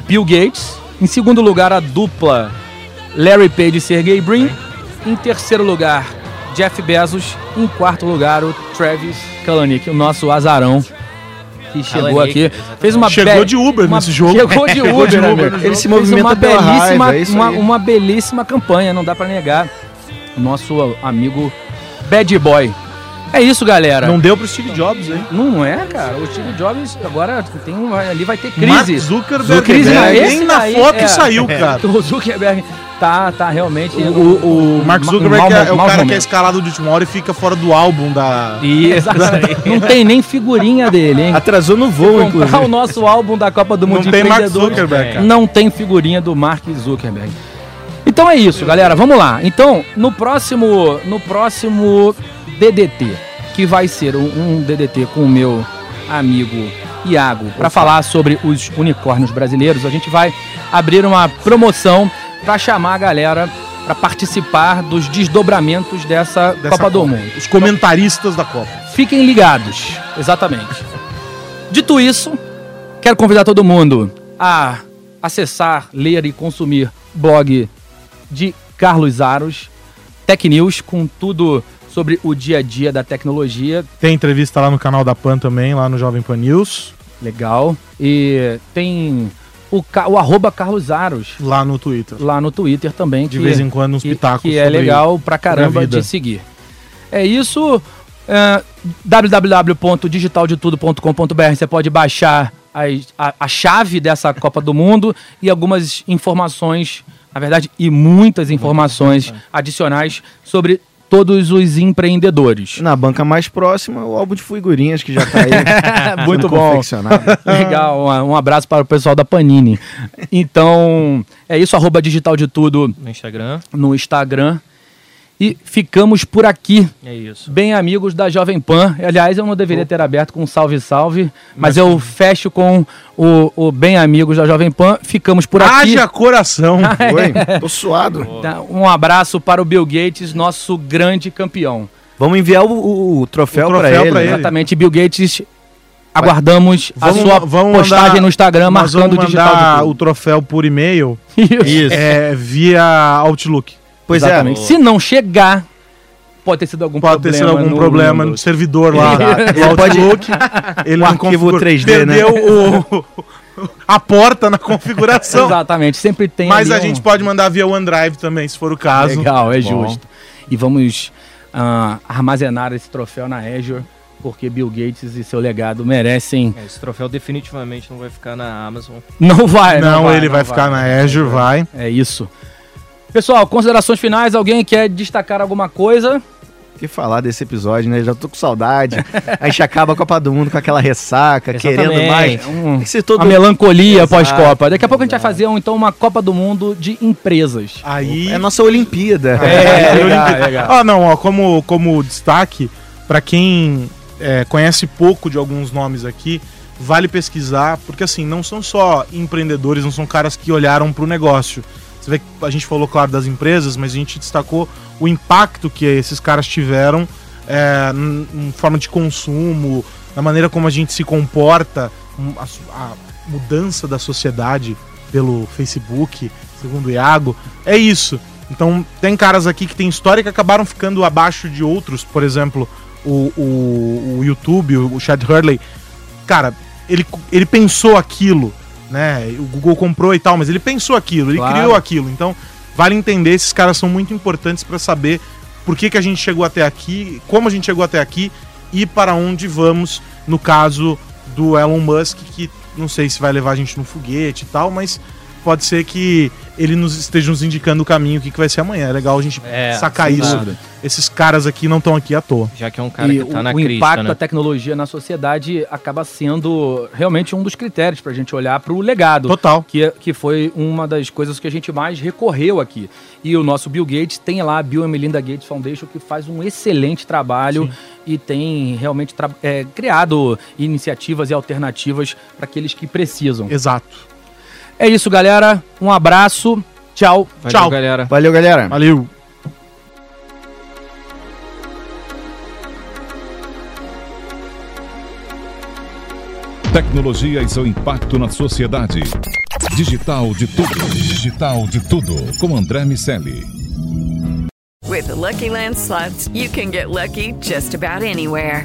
S2: Bill Gates. Em segundo lugar, a dupla Larry Page e Sergey Brin. Em terceiro lugar, Jeff Bezos. Em quarto lugar, o Travis Kalanick, o nosso azarão. Que chegou
S4: Kalanick,
S2: aqui.
S4: exatamente.
S2: Fez uma
S3: Chegou
S2: bela-
S3: de Uber
S2: uma-
S3: nesse jogo.
S2: Chegou de Uber,
S5: de
S2: né,
S5: Uber
S2: amigo?
S5: no
S2: Ele
S5: jogo.
S2: se movimenta uma
S5: Fez uma pela
S2: belíssima,
S5: raiva, é isso
S2: uma,
S5: aí.
S2: uma belíssima campanha, não dá pra negar. Nosso amigo Bad Boy. É isso, galera.
S3: Não deu pro Steve Jobs, hein?
S2: Não, é, cara. O Steve Jobs agora tem um, ali vai ter
S3: Mark
S2: crise.
S3: Zuckerberg.
S2: Crise
S3: né?
S2: na- esse
S3: nem na
S2: daí,
S3: foto
S2: é.
S3: saiu, cara.
S2: O Zuckerberg tá, tá realmente.
S3: O, o Mark
S2: Ma- um
S3: Zuckerberg
S2: mau-
S3: é, é o
S2: mau
S3: cara que é
S2: momento.
S3: escalado de última hora e fica fora do álbum da.
S2: Isso. Não tem nem figurinha dele, hein?
S5: Atrasou no voo,
S2: Comprar o
S5: inclusive.
S2: nosso álbum da Copa do Mundo
S3: Não
S2: de
S3: tem Mark
S2: empreendedores.
S3: Zuckerberg, cara.
S2: Não tem figurinha do Mark Zuckerberg. Então é isso, galera. Vamos lá. Então, no próximo, no próximo DDT, que vai ser um, um DDT com o meu amigo Iago, para falar sobre os unicórnios brasileiros, a gente vai abrir uma promoção para chamar a galera para participar dos desdobramentos dessa,
S3: Dessa
S2: Copa do
S3: Copa.
S2: Mundo.
S3: Os comentaristas da Copa.
S2: Fiquem ligados, exatamente. Dito isso, quero convidar todo mundo a acessar, ler e consumir blog de Carlos Aros, Tech News, com tudo sobre o dia a dia da tecnologia.
S3: Tem entrevista lá no canal da Pan também, lá no Jovem Pan News.
S2: Legal. E tem o, ca- o arroba Carlos Aros
S3: Lá no Twitter.
S2: lá no Twitter também.
S3: De vez em quando uns
S2: que,
S3: pitacos.
S2: que é
S3: sobre-
S2: legal pra
S3: sobre a
S2: caramba
S3: vida.
S2: de seguir. É isso. É, www.digitaldetudo.com.br Você pode baixar as- a, a chave dessa Copa do Mundo e algumas informações, na verdade, e muitas informações adicionais sobre todos os empreendedores.
S5: Na banca mais próxima, o álbum de figurinhas que já tá aí. sendo
S2: Muito bom.
S5: confeccionado.
S2: Legal, um, um abraço para o pessoal da Panini. Então, é isso, arroba digital de tudo
S4: No Instagram.
S2: no Instagram. E ficamos por aqui.
S4: É isso.
S2: Bem amigos da Jovem Pan. Aliás, eu não deveria ter aberto com um salve salve, mas eu fecho com o, o Bem Amigos da Jovem Pan. Ficamos por aqui.
S3: Haja coração.
S5: Oi, tô suado.
S2: Tá, Um abraço para o Bill Gates, nosso grande campeão.
S5: Vamos enviar o, o- o troféu,
S3: O
S5: pra
S3: Um troféu
S5: ele. né?
S3: pra ele.
S2: Exatamente, Bill Gates. Aguardamos a sua
S3: vamos
S2: postagem
S3: mandar-
S2: no Instagram
S3: nós
S2: marcando o
S3: vamos mandar
S2: digital.
S3: o troféu por e-mail
S2: De tudo. Isso.
S5: Isso.
S3: é, via Outlook.
S5: pois
S2: Exatamente.
S5: é.
S2: Se não chegar, pode ter sido algum
S3: Pode ter
S2: problema.
S3: sido algum
S2: no-
S3: problema
S2: no-
S3: no servidor lá do Outlook. Ele
S5: O
S3: não
S5: um arquivo né?
S3: configura-
S5: 3D,
S3: perdeu o, a porta na configuração.
S2: Exatamente, sempre tem.
S3: Mas
S2: ali
S3: a
S2: um-
S3: gente pode mandar via OneDrive também, se for o caso. tá
S2: Legal, é
S5: Bom.
S2: justo. E vamos ah, armazenar esse troféu na Azure, porque Bill Gates e seu legado merecem.
S4: É, Esse troféu definitivamente não vai ficar na Amazon.
S2: Não vai,
S3: não, ele
S2: É, não
S3: vai, ficar na Azure, vai.
S2: É isso. Pessoal, considerações finais. Alguém quer destacar alguma coisa?
S5: O que falar desse episódio, né? Já tô com saudade. a gente acaba a Copa do Mundo com aquela ressaca, querendo
S4: Exatamente.
S5: mais.
S2: Um-
S5: Esse todo
S2: a melancolia pós-Copa. Daqui a pouco a gente vai fazer um, então uma Copa do Mundo de empresas.
S3: Aí.
S5: É a nossa Olimpíada.
S2: É,
S3: Eu
S2: legal,
S3: entendi.
S2: legal.
S3: Ah, não, ó, como, como destaque, pra quem é, conhece pouco de alguns nomes aqui, vale pesquisar, porque assim, não são só empreendedores, não são caras que olharam para o negócio. Você vê que a gente falou, claro, das empresas, mas a gente destacou o impacto que esses caras tiveram é, n- em forma de consumo, na maneira como a gente se comporta, um, a, su- a mudança da sociedade pelo Facebook, segundo o Iago, é isso. Então, tem caras aqui que tem história que acabaram ficando abaixo de outros, por exemplo, o, o, o YouTube, o Chad Hurley, cara, ele, ele pensou aquilo, né? O Google comprou e tal, mas ele pensou aquilo, ele
S2: Claro.
S3: criou aquilo. Então, vale entender, esses caras são muito importantes para saber por que, que a gente chegou até aqui, como a gente chegou até aqui e para onde vamos, no caso do Elon Musk, que não sei se vai levar a gente no foguete e tal, mas pode ser que ele nos esteja nos indicando o caminho, o que, que vai ser amanhã. É legal a gente
S4: É,
S3: sacar
S4: sem
S3: isso.
S4: dúvida.
S3: Esses caras aqui não estão aqui à toa.
S4: Já que é um cara
S2: e
S4: que tá
S2: o,
S4: na
S2: o
S4: crista,
S2: impacto
S4: né?
S2: da tecnologia na sociedade acaba sendo realmente um dos critérios para a gente olhar para o legado.
S3: Total.
S2: Que, é, que foi uma das coisas que a gente mais recorreu aqui. E o nosso Bill Gates tem lá a Bill e Melinda Gates Foundation, que faz um excelente trabalho e tem realmente tra- é, criado iniciativas e alternativas para aqueles que precisam.
S3: Exato.
S2: É isso, galera. Um abraço. Tchau.
S4: Valeu,
S3: Tchau.
S4: galera.
S5: Valeu, galera.
S3: Valeu.
S1: Tecnologia e seu impacto na sociedade. Digital de tudo. Digital de tudo. Com André Miceli.
S7: With the Lucky Land slots, you can get lucky just about anywhere.